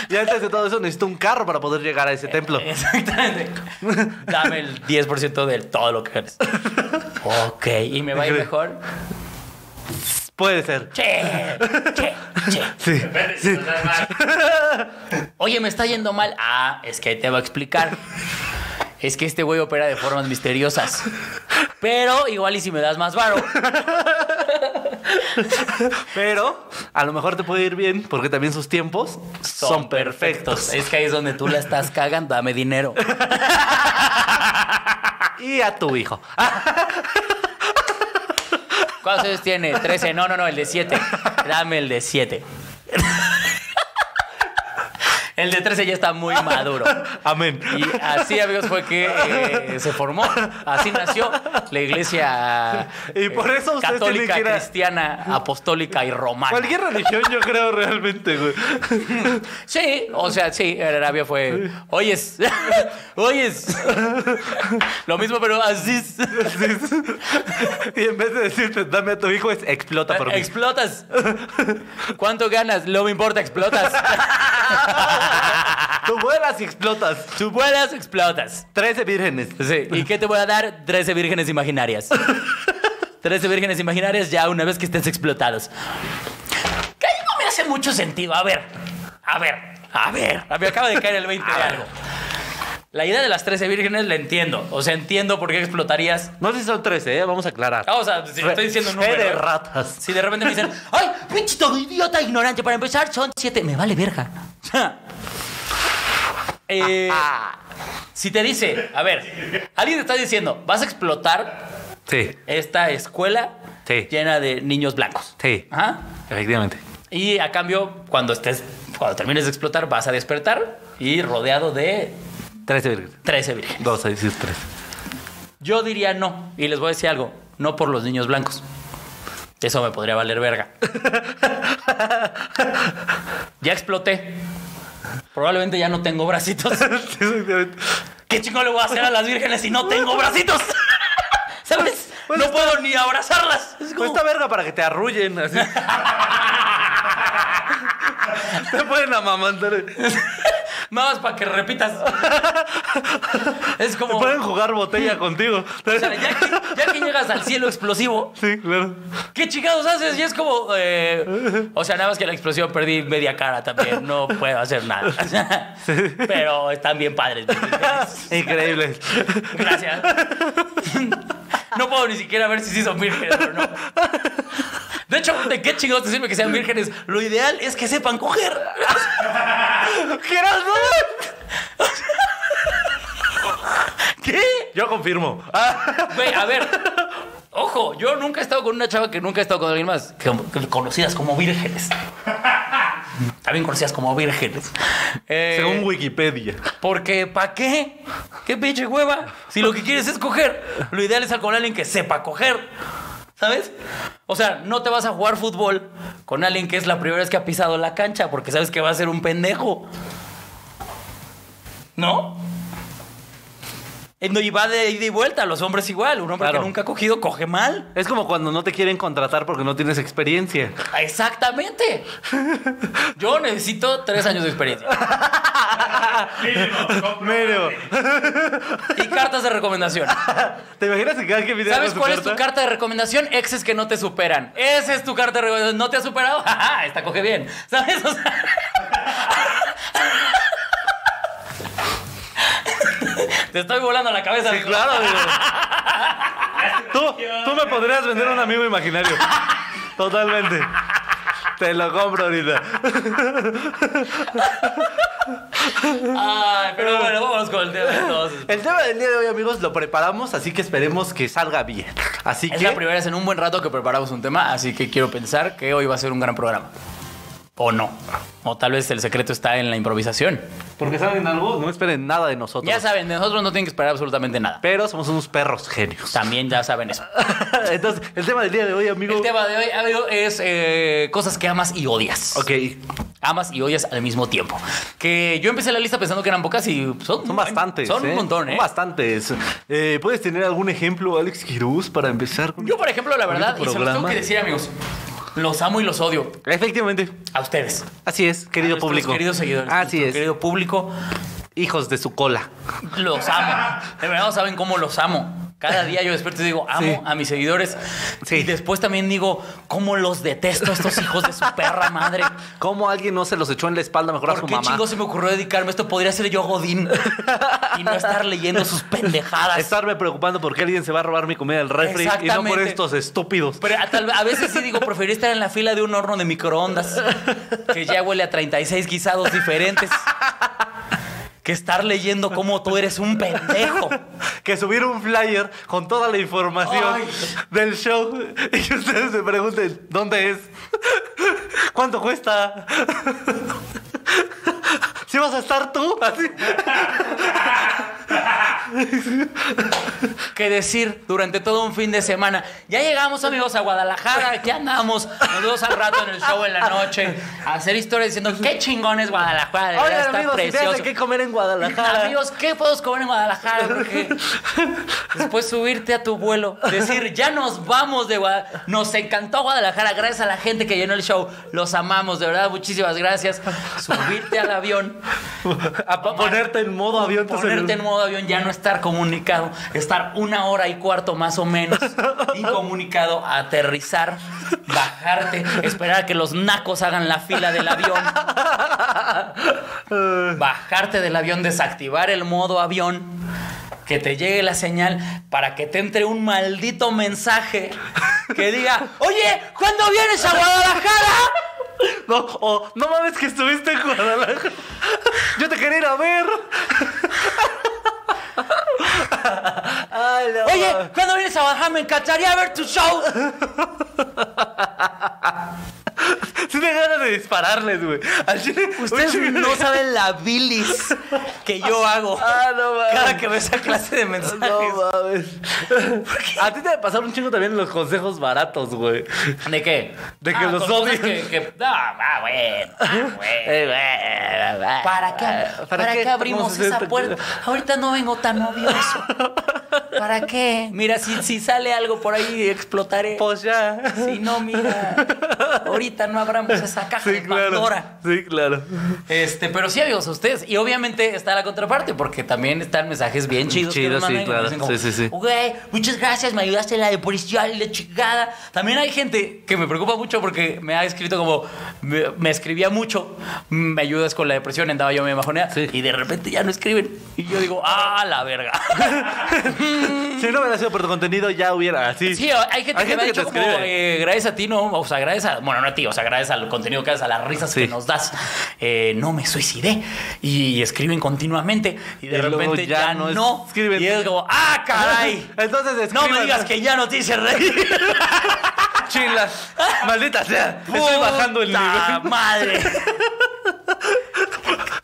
B: Y antes de todo eso necesito un carro para poder llegar a ese templo.
A: Eh, Exactamente. Dame el 10% de todo lo que ganas. Ok, ¿y me va a ir mejor?
B: Puede ser.
A: Che, che, che.
B: Sí.
C: Depende si
B: sí.
C: nos dan mal.
A: Oye, me está yendo mal. Ah, es que te voy a explicar. Es que este güey opera de formas misteriosas. Pero igual y si me das más varo.
B: Pero a lo mejor te puede ir bien porque también sus tiempos son, perfectos.
A: Es que ahí es donde tú la estás cagando. Dame dinero.
B: Y a tu hijo.
A: ¿Cuántos años tiene? 13. No, no, no, el de 7. Dame el de 7. El de 13 ya está muy maduro.
B: Amén.
A: Y así, amigos, fue que eh, se formó. Así nació la iglesia eh,
B: Y por eso ustedes tienen
A: católica,
B: que ir a-
A: cristiana, apostólica y romana.
B: Cualquier religión yo creo realmente, güey.
A: Sí, o sea, sí, en Arabia fue. Oyes, oyes. Lo mismo, pero así. es.
B: Sí, sí. Y en vez de decirte dame a tu hijo es explota por mí.
A: Explotas. ¿Cuánto ganas? No me importa, explotas.
B: Tú vuelas y explotas.
A: Tú vuelas, explotas.
B: 13 vírgenes.
A: Sí. ¿Y qué te voy a dar? 13 vírgenes imaginarias. 13 vírgenes imaginarias ya una vez que estés explotados. Que ahí no me hace mucho sentido. A ver, a ver, a ver. Me acaba de caer el 20 de algo. La idea de las 13 vírgenes la entiendo. O sea, entiendo por qué explotarías.
B: No sé si son 13, ¿eh? vamos a aclarar.
A: Ah, o sea, si estoy diciendo un
B: Fe
A: número.
B: de
A: ¿eh?
B: ratas.
A: Si de repente me dicen, ¡ay, pinche todo idiota ignorante! Para empezar, son siete. Me vale verga. O sea, eh, si te dice, a ver, alguien te está diciendo, vas a explotar
B: Sí,
A: esta escuela
B: Sí.
A: llena de niños blancos.
B: sí,
A: Ajá.
B: efectivamente.
A: Y a cambio, cuando estés, cuando termines de explotar, vas a despertar y rodeado de
B: 13 vírgenes.
A: 13 virgen.
B: 12, 13.
A: Yo diría no, y les voy a decir algo, no por los niños blancos. Eso me podría valer verga. ya exploté. Probablemente ya no tengo bracitos.
B: Sí, exactamente.
A: ¿Qué chingo le voy a hacer a las vírgenes si no tengo bracitos? ¿Sabes?
B: Pues
A: no puedo ni abrazarlas. Es como-
B: Cuesta verga para que te arrullen así. te pueden amamantar. Te
A: Nada más para que repitas. es como...
B: pueden jugar botella contigo.
A: o sea, ya, que, ya que llegas al cielo explosivo,
B: Sí, claro.
A: ¿Qué chingados haces? Y es como. eh, o sea, nada más que la explosión perdí media cara también. No puedo hacer nada. Pero están bien padres. mis vírgenes.
B: Increíble.
A: Gracias. No puedo ni siquiera ver si sí son vírgenes o no. De hecho, ¿de qué chingados te sirve que sean vírgenes? Lo ideal es que sepan coger.
B: ¡Gerardo!
A: ¿Qué?
B: Yo confirmo. Ah,
A: Güey, a ver. Ojo, yo nunca he estado con una chava que nunca he estado con alguien más. Que, que conocidas como vírgenes. También conocidas como vírgenes. Eh,
B: según Wikipedia.
A: Porque, ¿pa' qué? ¿Qué pinche hueva? Si lo que quieres es coger, lo ideal es estar con alguien que sepa coger. ¿Sabes? O sea, no te vas a jugar fútbol con alguien que es la primera vez que ha pisado la cancha, porque sabes que va a ser un pendejo. ¿No? Eh, No, y va de ida y vuelta, los hombres igual. Un hombre
B: Claro.
A: que nunca ha cogido coge mal.
B: Es como cuando no te quieren contratar porque no tienes experiencia.
A: Ah, Exactamente. Yo necesito tres años de experiencia.
C: Mínimo,
B: Mero.
C: compruébate.
A: Y cartas de recomendación.
B: ¿Te imaginas que cada que pidieran
A: ¿Sabes
B: su
A: cuál es tu carta de recomendación? Exes que no te superan. Esa es tu carta de recomendación. ¿No te has superado? ¡Ajá! Esta coge bien. ¿Sabes? O sea... Te estoy volando la cabeza.
B: Sí,
A: amigo.
B: claro, amigo. Tú, tú me podrías vender un amigo imaginario. Totalmente. Te lo compro ahorita.
A: Ay, pero bueno, vámonos con el tema entonces.
B: El tema del día de hoy, amigos, lo preparamos, así que esperemos que salga bien. Así
A: Es
B: que.
A: la primera vez en un buen rato que preparamos un tema, así que quiero pensar que hoy va a ser un gran programa. O no. O tal vez el secreto está en la improvisación.
B: Porque saben algo, no esperen nada de nosotros.
A: Ya saben, de nosotros no tienen que esperar absolutamente nada.
B: Pero somos unos perros genios.
A: También ya saben eso.
B: Entonces, el tema del día de hoy, amigo.
A: El tema de hoy, amigo, es eh, cosas que amas y odias.
B: Ok.
A: Amas y odias al mismo tiempo. Que yo empecé la lista pensando que eran pocas y son,
B: Son bastantes.
A: Son
B: ¿eh?
A: un montón, ¿eh?
B: Son bastantes. Eh, ¿Puedes tener algún ejemplo, Alex Quirús, para empezar? Con...
A: Yo, por ejemplo, la verdad, y
B: Bonito
A: se los tengo
B: programa.
A: que decir, amigos, los amo y los odio.
B: Efectivamente.
A: A ustedes.
B: Así es, querido
A: A nuestros
B: público.
A: Queridos seguidores.
B: Así
A: nuestro
B: es.
A: Querido público,
B: Hijos de su cola.
A: los amo. De verdad, no saben cómo los amo. Cada día yo despierto y digo, amo
B: Sí.
A: a mis seguidores.
B: Sí.
A: Y después también digo, cómo los detesto a estos hijos de su perra madre.
B: ¿Cómo alguien no se los echó en la espalda mejor a
A: ¿Por
B: su
A: qué
B: mamá?
A: chingo se me ocurrió dedicarme a esto? Podría ser yo Godín y no estar leyendo sus pendejadas.
B: Estarme preocupando porque alguien se va a robar mi comida del refri y no por
A: Exactamente.
B: estos estúpidos.
A: Pero a, tal- a veces sí digo, preferí estar en la fila de un horno de microondas que ya huele a 36 guisados diferentes que estar leyendo cómo tú eres un pendejo.
B: que subir un flyer con toda la información
A: Ay.
B: del show y que ustedes se pregunten dónde es, cuánto cuesta. Si vas a estar tú, así.
A: Que decir durante todo un fin de semana, ya llegamos amigos a Guadalajara, ya andamos, nos vemos al rato en el show en la noche, a hacer historias diciendo, qué chingón es Guadalajara, de verdad
B: Oigan,
A: está
B: amigos,
A: precioso.
B: ideas de qué comer en Guadalajara.
A: Amigos, ¿qué podemos comer en Guadalajara? Porque después subirte a tu vuelo, decir, ya nos vamos de Guadalajara. Nos encantó Guadalajara, gracias a la gente que llenó el show. Los amamos, de verdad, muchísimas gracias. Subirte al avión,
B: A pa- ponerte en modo avión. tu
A: ponerte en
B: celular.
A: modo avión, ya no estar comunicado, estar una hora y cuarto más o menos incomunicado, aterrizar, bajarte, esperar a que los nacos hagan la fila del avión. bajarte del avión, desactivar el modo avión, que te llegue la señal para que te entre un maldito mensaje que diga, oye, ¿cuándo vienes a Guadalajara?
B: No, o, no mames que estuviste en Guadalajara. Yo te quería ir a ver. Ay, no
A: Oye, ¿cuándo vienes a Guadalajara? Me encantaría ver tu show.
B: Sí te ganas de dispararles, güey. Al chile, un
A: Ustedes
B: chingo
A: no
B: de-
A: saben la bilis que yo hago
B: Ah, no mames.
A: cada que veo esa clase de mensajes.
B: No mames. A ti te va a pasar un chingo también los consejos baratos, güey.
A: ¿De qué?
B: De que los
A: Ah, cosas
B: odian.
A: que- que- No, ah, bueno, ah, bueno. ¿Para qué,
B: ¿Para
A: ¿Para
B: qué
A: qué,
B: estamos
A: abrimos
B: en
A: esa
B: esta
A: puerta? Ahorita no vengo tan odioso. ¿Para qué? Mira, si, si sale algo por ahí, explotaré.
B: Pues ya.
A: Si no, mira, ahorita no abramos esa caja
B: Sí,
A: de
B: claro.
A: Pandora.
B: Sí, claro.
A: Este, pero sí, amigos, ustedes. Y obviamente está la contraparte, porque también están mensajes bien chidos. que
B: Chidos,
A: nos
B: sí,
A: mandan y nos
B: claro.
A: dicen como,
B: Sí, sí, sí.
A: Güey, muchas gracias, me ayudaste en la de policial y la chingada. También hay gente que me preocupa mucho porque me ha escrito como, me, me escribía mucho, me ayudas con la depresión, andaba yo me bajonea.
B: Sí.
A: Y de repente ya no escriben. Y yo digo, ah, la verga.
B: Si no hubiera sido por tu contenido, ya hubiera así.
A: Sí, hay gente que me ha
B: te
A: dicho como,
B: escribe.
A: eh, gracias a ti, no, o sea, gracias a, bueno, no a ti, o sea, gracias al contenido que haces, a las risas
B: Sí.
A: que nos das, eh, no me suicidé. Y, escriben continuamente y de
B: Y luego
A: repente
B: ya
A: ya,
B: no
A: no,
B: es- escriben.
A: Y es como, ¡ah, caray!
B: Entonces
A: No
B: escriban.
A: me digas que ya no te hice reír.
B: Chilas. Maldita sea. Estoy bajando el
A: ¡Puta
B: nivel.
A: madre!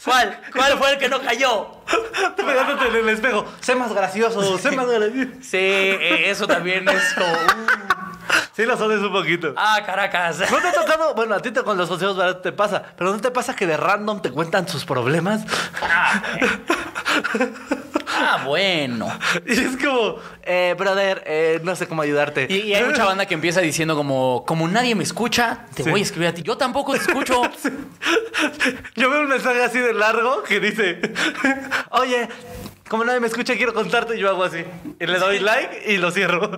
A: ¿Cuál? ¿Cuál fue el que no cayó?
B: Estoy pegándote en el espejo. Sé más gracioso. Sé más gracioso.
A: Sí, eh, eso también es como. uh.
B: Sí, lo sabes un poquito.
A: Ah, Caracas.
B: ¿No te ha tocado? Bueno, a ti te- con los consejos baratos te pasa, pero ¿no te pasa que de random te cuentan sus problemas?
A: Ah, bueno.
B: Y es como, eh, brother, eh, no sé cómo ayudarte.
A: Y, y hay mucha banda que empieza diciendo como, como nadie me escucha, te voy a escribir a ti. Yo tampoco te escucho.
B: Yo veo un mensaje así de largo que dice, oye, como nadie me escucha, quiero contarte, y yo hago así. Y le doy like y lo cierro.
A: No, po,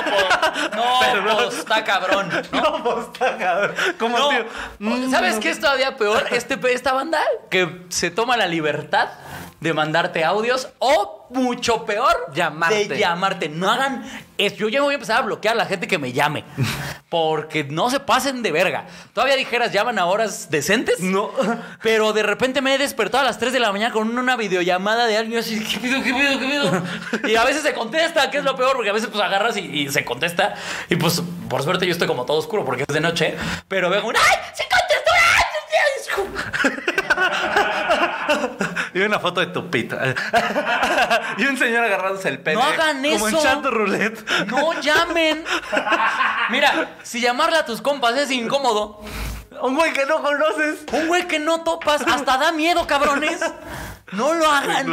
A: pues, no,
B: Pero-
A: po, está cabrón. ¿no?
B: No, pues, está cabrón. Como "Mm,
A: No.
B: tío.
A: O- ¿Sabes qué es todavía peor? Este, pe- esta banda que se toma la libertad de mandarte audios o mucho peor
B: Llamarte.
A: de llamarte. No hagan eso. Yo ya voy a empezar a bloquear a la gente que me llame porque no se pasen de verga. Todavía dijeras llaman a horas decentes.
B: No.
A: Pero de repente me he despertado a las 3 de la mañana con una videollamada de alguien y yo así, ¿qué pido, qué pido, qué pido? Y a veces se contesta, que es lo peor, porque a veces pues agarras y, y se contesta. Y pues por suerte yo estoy como todo oscuro porque es de noche, pero veo un ¡ay! ¡Se contestó! ¡Ay!
B: Y una foto de tu pito. y un señor agarrándose el pene.
A: No hagan
B: Como en
A: eso.
B: chat roulette.
A: ¡No llamen! Mira, si llamarle a tus compas es incómodo,
B: Un güey que Oh no conoces.
A: un güey que no topas hasta da miedo, cabrones. No lo hagan.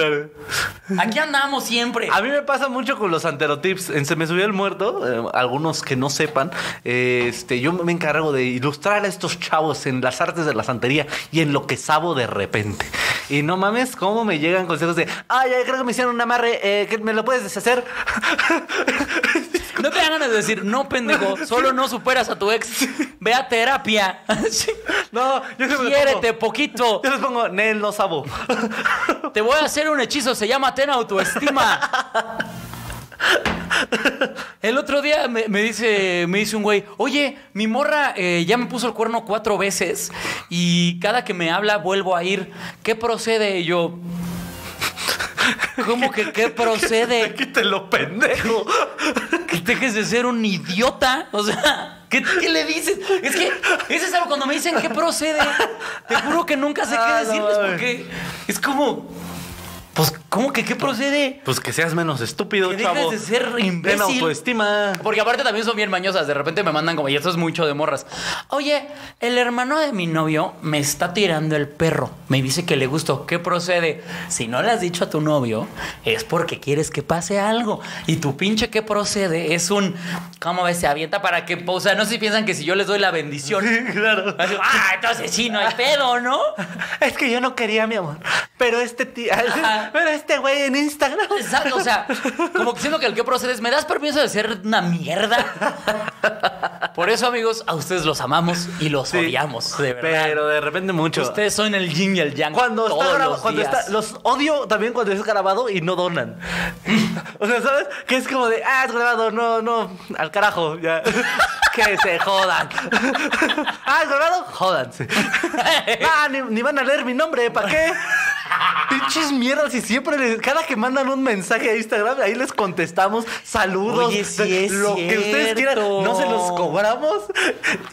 A: Aquí andamos siempre.
B: A mí me pasa mucho con los anterotips. En Se me subió el muerto, eh, algunos que no sepan, eh, este, yo me encargo de ilustrar a estos chavos en las artes de la santería y en lo que sabo de repente. Y no mames, cómo me llegan consejos de, ay, ay, creo que me hicieron un amarre, eh, que me lo puedes deshacer.
A: No te dan ganas de decir, no, pendejo, solo no superas a tu ex. Ve a terapia. Sí.
B: No, yo siempre les
A: Quiérete
B: pongo-
A: poquito.
B: Yo les pongo, Nel, no sabo.
A: Te voy a hacer un hechizo, se llama ten autoestima. El otro día me, me dice, me dice un güey, oye, mi morra eh, ya me puso el cuerno cuatro veces y cada que me habla vuelvo a ir. ¿Qué procede? Y yo. ¿Cómo que qué procede?
B: Quítelo, pendejo.
A: que dejes de ser un idiota. O sea, ¿qué, qué le dices? Es que ese es algo cuando me dicen qué procede. Te juro que nunca sé
B: Ah,
A: qué
B: no
A: decirles
B: mames.
A: porque es como. Pues, ¿cómo que qué procede?
B: Pues que seas menos estúpido,
A: Que dejes
B: chavo.
A: de ser
B: Ten
A: imbécil.
B: autoestima.
A: Porque aparte también son bien mañosas. De repente me mandan como, y esto es mucho de morras. Oye, el hermano de mi novio me está tirando el perro. Me dice que le gustó. ¿Qué procede? Si no le has dicho a tu novio, es porque quieres que pase algo. Y tu pinche ¿qué procede? Es un, ¿cómo ves? Se avienta para que, o sea, no sé si piensan que si yo les doy la bendición.
B: Claro.
A: así, ah, entonces sí, no hay pedo, ¿no?
B: Es que yo no quería, mi amor. Pero este tío. Pero este güey en Instagram.
A: Exacto, o sea, como que siento que el que procede es, ¿me das permiso de ser una mierda? Por eso, amigos, a ustedes los amamos y los
B: Sí.
A: odiamos, de verdad.
B: Pero de repente mucho.
A: ustedes son el yin y el yang
B: Cuando está
A: todos
B: grabado,
A: los
B: cuando
A: días.
B: está. Los odio también cuando es grabado y no donan. o sea, ¿sabes? Que es como de, ah, es grabado, no, no, al carajo, ya. que se jodan. ah, es grabado, jódanse. ah, ni, ni van a leer mi nombre, ¿para qué? Pinches mierdas, y siempre, les- cada que mandan un mensaje a Instagram, ahí les contestamos saludos.
A: Oye, sí
B: de-
A: es
B: lo que ustedes quieran, no se los
A: cierto.
B: cobramos.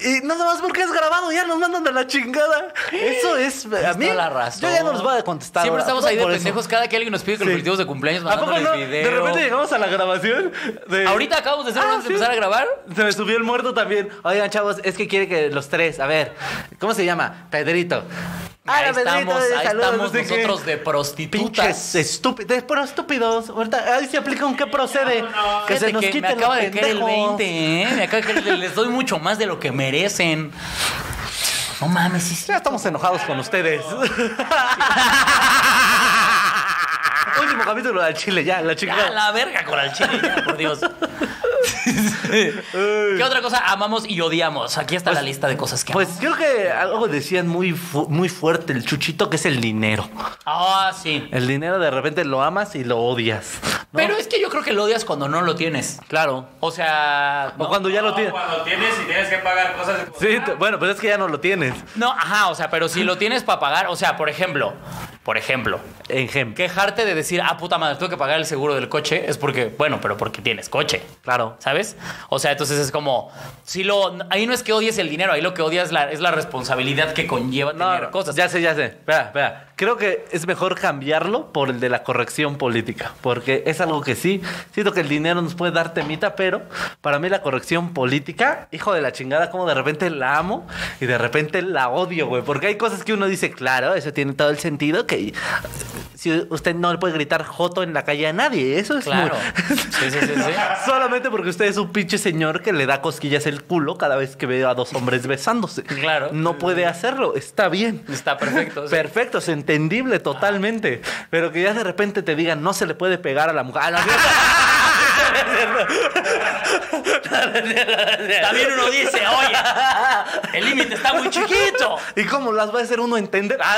B: Y nada más porque es grabado, ya nos mandan a la chingada. Eso es, a mí,
A: Toda la razón.
B: yo ya no los voy a contestar. ahora,
A: Siempre estamos
B: no
A: ahí de
B: por eso.
A: pendejos cada que alguien nos pide que los
B: Sí.
A: colectivos de cumpleaños
B: ¿A poco
A: mandándoles
B: no?
A: video.
B: De repente llegamos a la grabación. de-
A: Ahorita acabamos de hacer
B: Ah,
A: antes
B: sí.
A: de empezar a grabar.
B: Se me subió el muerto también. Oigan, chavos, es que quiere que los tres, a ver, ¿cómo se llama? Pedrito.
A: Ahí
B: Hola, "Ah, Pedrito,
A: estamos, ahí
B: saludos,
A: estamos
B: no sé qué.
A: nosotros de
B: Pinches
A: prostitutas.
B: estúpidos, pero estúpidos. Ahorita, ahí se aplica un que procede. Que
A: Fíjate
B: se nos
A: que
B: quite
A: me acaba
B: lo
A: de caer el
B: pendejo.
A: 20, ¿eh? Me acaba de caer, les doy mucho más de lo que merecen. No mames, sí, sí.
B: Ya estamos enojados con ustedes. Último capítulo al Chile, ya, la
A: A
B: chingada.
A: la verga con el chile, ya, por Dios. ¿Qué otra cosa amamos y odiamos? Aquí está la lista de cosas que
B: Pues yo creo que algo decían muy, fu- muy fuerte el chuchito, que es el dinero.
A: amamos. Ah, sí.
B: El dinero de repente lo amas y lo odias. ¿no?
A: Pero es que yo creo que lo odias cuando no lo tienes.
B: claro.
A: O sea,
B: O
A: no,
B: cuando ya lo tienes.
C: Cuando tienes y tienes que pagar cosas. de-
B: Sí, te- bueno, pero es que ya no lo tienes.
A: no, ajá, o sea, pero si lo tienes para pagar, o sea, por ejemplo, por ejemplo,
B: Ejemplo.
A: quejarte de decir, ah, puta madre, tengo que pagar el seguro del coche, es porque, bueno, pero porque tienes coche.
B: Claro.
A: ¿Sabes? O sea, entonces es como, si lo, ahí no es que odies el dinero, ahí lo que odias es la, es la responsabilidad que conlleva tener cosas.
B: Ya sé, ya sé. Espera, espera. Creo que es mejor cambiarlo por el de la corrección política, porque es algo que sí, siento que el dinero nos puede dar temita, pero para mí la corrección política, hijo de la chingada, como de repente la amo y de repente la odio, güey, porque hay cosas que uno dice, claro, eso tiene todo el sentido, que si usted no le puede gritar joto en la calle a nadie, eso es
A: Claro.
B: muy-
A: Sí, sí, sí, sí.
B: Solamente porque usted es un pinche señor que le da cosquillas el culo cada vez que ve a dos hombres besándose.
A: Claro.
B: No puede hacerlo, está bien.
A: Está perfecto. sí.
B: Perfecto, es entendible totalmente. Pero que ya de repente te digan, no se le puede pegar a la mujer. ¡Ah, no,
A: También uno dice, oye, el límite está muy chiquito.
B: ¿Y cómo las va a hacer uno entender?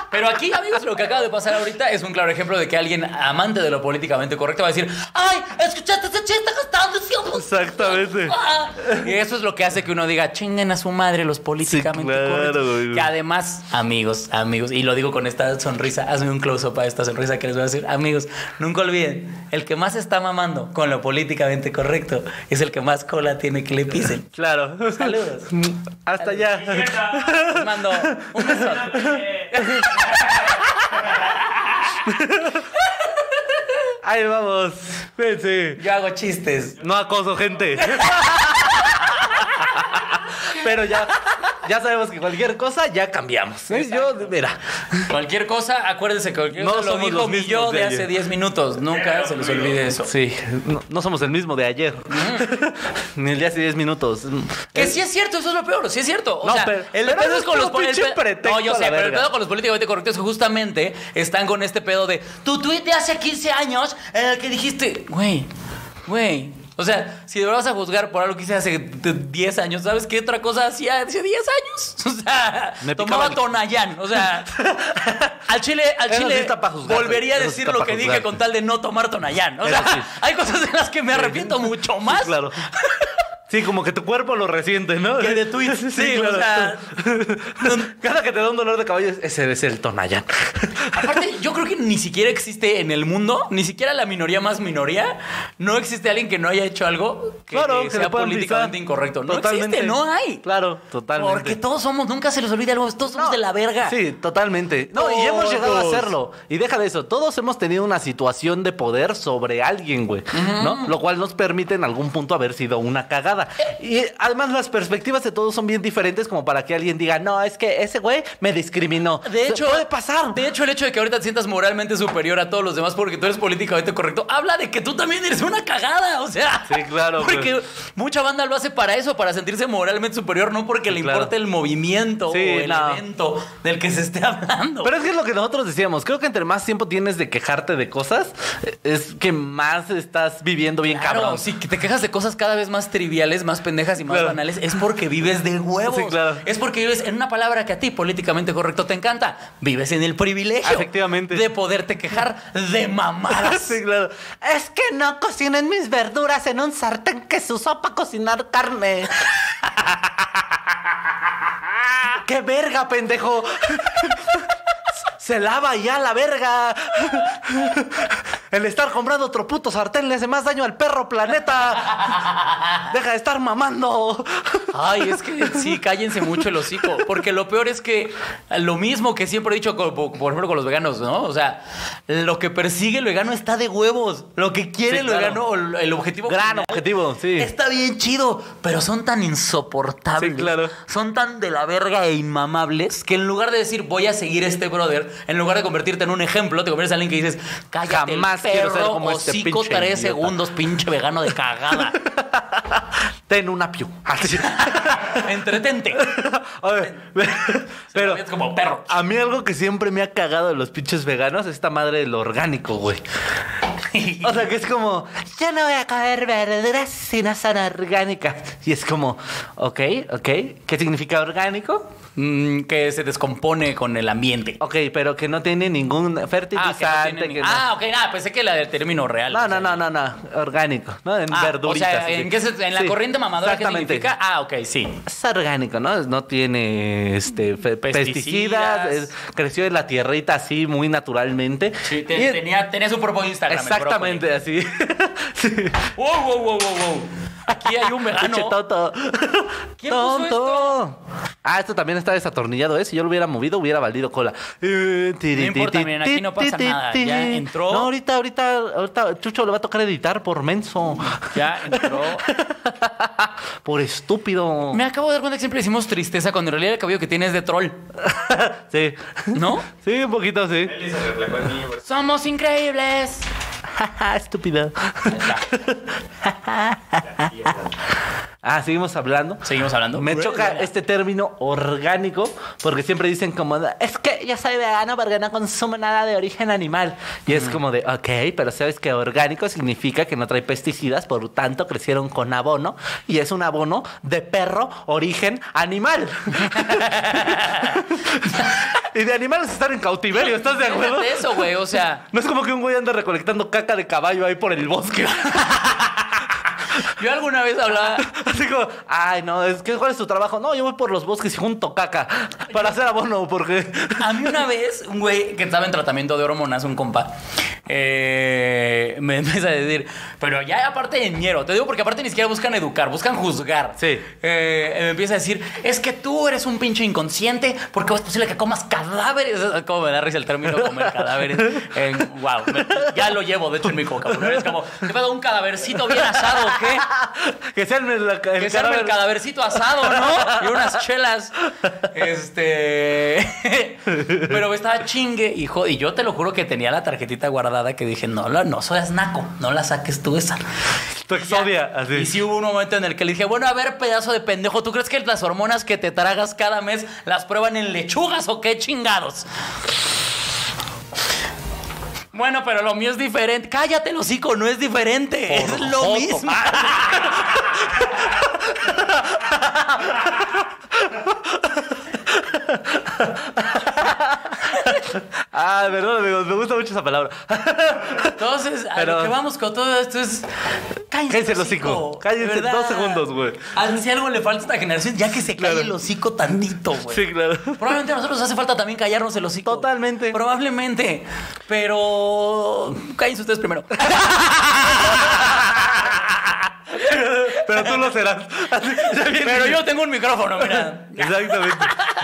B: Ah,
A: Pero aquí, amigos, lo que acaba de pasar ahorita es un claro ejemplo de que alguien amante de lo políticamente correcto va a decir, ¡ay! ¡Escuchaste ese chiste que estaba diciendo!
B: Exactamente.
A: Ah. Y eso es lo que hace que uno diga, chinguen a su madre los políticamente
B: claro,
A: correctos.
B: güey.
A: Que además, amigos, amigos, y lo digo con esta sonrisa, hazme un close-up a esta sonrisa que les voy a decir. Amigos, nunca olviden, el que más está mamando con lo políticamente correcto es el que más cola tiene que le pisen.
B: claro.
A: Saludos.
B: Hasta allá.
A: Les mando un besote.
B: Ahí vamos. Cuídense.
A: Yo hago chistes.
B: No acoso, gente. Pero ya, ya sabemos que cualquier cosa ya cambiamos. ¿eh? Yo, mira.
A: Cualquier cosa, acuérdense que cualquier
B: No
A: cosa lo
B: somos
A: dijo
B: los
A: mi
B: mismos
A: yo
B: de
A: de
B: ayer.
A: hace 10 minutos. Nunca se les olvide eso.
B: Sí, no, no somos el mismo de ayer. Ni el de hace 10 minutos. Mm,
A: Que sí es cierto, eso es lo peor, sí es cierto. O
B: No,
A: sea,
B: pero-
A: el
B: pero
A: pedo
B: eso
A: es
B: es
A: con los
B: puro pinche
A: el pe-
B: pretexto
A: No, yo
B: a
A: sé,
B: la
A: pero el
B: verga.
A: pedo con los políticamente correctos es que justamente están con este pedo de tu tweet de hace 15 años en el que dijiste, güey, güey. O sea, si de verdad vas a juzgar por algo que hice hace t- 10 años, ¿sabes qué otra cosa hacía hace 10 años? O sea,
B: Me
A: tomaba
B: picaba el-
A: Tonayán. O sea, al chile, al
B: Eso sí
A: chile
B: está pa' juzgarte,
A: volvería a
B: eso sí
A: decir
B: está
A: lo
B: pa'
A: que dije
B: juzgarte.
A: con tal de no tomar Tonayán. O sea,
B: Eso sí.
A: hay cosas de las que me arrepiento mucho más.
B: Claro. Sí, como que tu cuerpo lo resiente, ¿no?
A: Que de tweets, sí, o sea,
B: Cada que te da un dolor de caballo, ese es el Tonayán.
A: Aparte, yo creo que ni siquiera existe en el mundo, ni siquiera la minoría más minoría, no existe alguien que no haya hecho algo que
B: Claro,
A: eh,
B: que
A: sea
B: le puedan
A: políticamente
B: pisar.
A: incorrecto. No
B: Totalmente.
A: existe, no hay.
B: Claro, totalmente.
A: Porque todos somos, nunca se les olvida algo, todos somos
B: No.
A: de la verga.
B: Sí, totalmente. No, y hemos llegado a
A: Todos.
B: hacerlo. Y deja de eso, todos hemos tenido una situación de poder sobre alguien, güey, ¿no? Lo cual nos permite en algún punto haber sido una cagada. Y además las perspectivas de todos son bien diferentes como para que alguien diga, "No, es que ese güey me discriminó."
A: De hecho,
B: puede pasar.
A: De hecho, el hecho de que ahorita te sientas moralmente superior a todos los demás porque tú eres políticamente correcto, habla de que tú también eres una cagada. O sea,
B: Sí, claro,
A: Porque
B: pues.
A: mucha banda lo hace para eso, para sentirse moralmente superior, no porque le
B: Sí, claro.
A: importe el movimiento
B: Sí,
A: o el
B: no.
A: evento del que se esté hablando.
B: Pero es que es lo que nosotros decíamos. Creo que entre más tiempo tienes de quejarte de cosas, eh, es que más estás viviendo bien
A: Claro,
B: cabrón.
A: si te quejas de cosas cada vez más triviales, más pendejas y más
B: Claro.
A: banales, es porque vives de huevos.
B: Sí, claro.
A: Es porque vives en una palabra que a ti políticamente correcto te encanta. Vives en el privilegio.
B: Efectivamente.
A: De poderte quejar de mamadas.
B: Sí, claro. Es que no cocinen mis verduras en un sartén que se usó para cocinar carne. ¡Qué verga, pendejo! Se lava ya la verga. El estar comprando otro puto sartén le hace más daño al perro planeta. Deja de estar mamando.
A: Ay, es que sí, cállense mucho el hocico. Porque lo peor es que lo mismo que siempre he dicho, con- por por ejemplo, con los veganos, ¿no? O sea, lo que persigue el vegano está de huevos. Lo que
B: Sí,
A: quiere el
B: claro.
A: vegano, o el- el objetivo.
B: Gran
A: final,
B: objetivo, sí.
A: Está bien chido, pero son tan insoportables.
B: Sí, claro.
A: Son tan de la verga e inmamables que en lugar de decir voy a seguir a este brother, en lugar de convertirte en un ejemplo, te conviertes en alguien que dices, cállate,
B: Jamás
A: el
B: quiero
A: perro,
B: ser como este
A: hocico,
B: pinche
A: tres
B: idiota".
A: segundos, pinche vegano de cagada.
B: Ten un apio.
A: Entretente.
B: A ver, pero
A: Es como perro.
B: a mí algo que siempre me ha cagado de los pinches veganos es esta madre del orgánico, güey. O sea, que es como, yo no voy a comer verduras si no son orgánicas. Y es como, ok, ok, ¿qué significa orgánico?
A: Mm, que se descompone con el ambiente.
B: Ok, pero que no tiene ningún
A: Ah,
B: fertilizante.
A: que no tiene ni-
B: que no-
A: ah, ok, nada, pensé que la del término real.
B: no, no, no, no, no, orgánico, ¿no? En
A: Ah,
B: verduritas.
A: O sea,
B: así.
A: ¿en, qué se- en la
B: Sí,
A: corriente mamadora que
B: exactamente.
A: significa? Ah, ok, sí.
B: Es orgánico, ¿no? No tiene este, fe-
A: Pesticidas.
B: pesticidas, es- creció en la tierrita así muy naturalmente.
A: Sí,
B: Y-
A: te- tenía, tenía su propio Instagram. el
B: Exactamente así. Sí.
A: Wow, wow, wow, wow, wow. Aquí hay un
B: Pinche
A: vegano.
B: tonto.
A: ¿Quién puso
B: Ah, esto también está desatornillado, ¿eh? Si yo lo hubiera movido, hubiera valido cola. Eh, tiri,
A: importa,
B: tiri,
A: miren, aquí no pasa
B: tiri,
A: nada.
B: tiri.
A: Ya entró.
B: No, ahorita, ahorita, ahorita Chucho le va a tocar editar por menso.
A: Ya entró.
B: Por estúpido.
A: Me acabo de dar cuenta que siempre decimos tristeza cuando en realidad el cabello que tiene es de troll.
B: Sí.
A: ¿No?
B: Sí, un poquito sí.
C: Eli se reflejó en mí, pues. güey.
A: ¡Somos increíbles!
B: Estúpida. ah, seguimos hablando.
A: Seguimos hablando.
B: Me choca este término orgánico porque siempre dicen como de, es que yo soy vegano porque no consumo nada de origen animal. Y es como de, ok, pero sabes que orgánico significa que no trae pesticidas, por lo tanto crecieron con abono y es un abono de perro origen animal. y de animales están en cautiverio, ¿estás de acuerdo?
A: Fíjate eso, güey. O sea,
B: No es como que un güey anda recolectando caca de caballo ahí por el bosque.
A: yo alguna vez hablaba.
B: Así como, ay, no, es que ¿cuál es tu trabajo? No, yo voy por los bosques y junto caca para hacer abono, porque.
A: A mí una vez, un güey que estaba en tratamiento de hormonas, un compa, eh, me empieza a decir, pero ya aparte de ñero, te digo porque aparte ni siquiera buscan educar, buscan juzgar.
B: Sí.
A: Eh, me empieza a decir, es que tú eres un pinche inconsciente, porque es posible que comas cadáveres. Es Como me da risa el término comer cadáveres. En- wow, me- ya lo llevo, de hecho, en mi vocabulario. Es como, ¿te pedo un cadavercito bien asado o qué?
B: Que sea el, el- el
A: que se arme el
B: cadáver.
A: cadavercito asado, ¿no? Y unas chelas. Este. Pero estaba chingue, hijo. Y yo te lo juro que tenía la tarjetita guardada que dije, no, la- no soy naco, no la saques tú esa.
B: Tu exodia, así.
A: Y sí hubo un momento en el que le dije, bueno, a ver, pedazo de pendejo, ¿tú crees que las hormonas que te tragas cada mes las prueban en lechugas o qué chingados? Bueno, pero lo mío es diferente. Cállate, el hocico, no es diferente. es lo
B: joto. Ah,
A: mismo.
B: Ah, perdón, amigos, me gusta mucho esa palabra.
A: Entonces, a
B: Pero-
A: lo que vamos con todo esto es. Cállense,
B: Cállense el hocico. Cállense
A: de verdad.
B: dos segundos, güey.
A: Ah, Si algo le falta a esta generación, ya que se calle
B: Claro.
A: el hocico tantito, güey.
B: Sí, claro.
A: Probablemente a nosotros hace falta también callarnos el hocico.
B: Totalmente.
A: Probablemente. Pero. Cállense ustedes primero.
B: Pero tú lo serás. Así, ya viene.
A: Pero yo tengo un micrófono, mira.
B: Exactamente.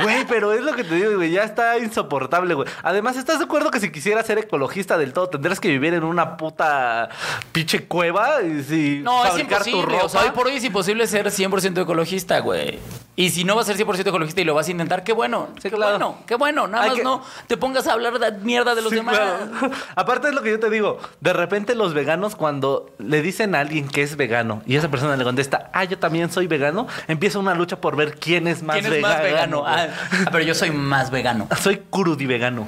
B: Güey, pero es lo que te digo, güey. Ya está insoportable, güey. Además, ¿estás de acuerdo que si quisieras ser ecologista del todo, tendrás que vivir en una puta pinche cueva? Y si
A: No, es
B: fabricar tu
A: imposible.
B: ropa?
A: O sea, hoy por hoy es imposible ser 100% ecologista, güey. Y si no vas a ser 100% ecologista y lo vas a intentar, qué bueno.
B: Sí,
A: qué
B: claro.
A: bueno, qué bueno. Nada
B: Hay
A: más
B: que-
A: no te pongas a hablar de mierda de los
B: Sí,
A: demás.
B: claro. Aparte es lo que yo te digo. De repente los veganos cuando le dicen a alguien que es vegano y esa persona le contesta, ah, yo también soy vegano, empieza una lucha por ver quién es más
A: ¿Quién es
B: vegano.
A: más vegano?
B: güey.
A: Ah, ah, pero yo soy más vegano.
B: Ah, Soy curudi vegano.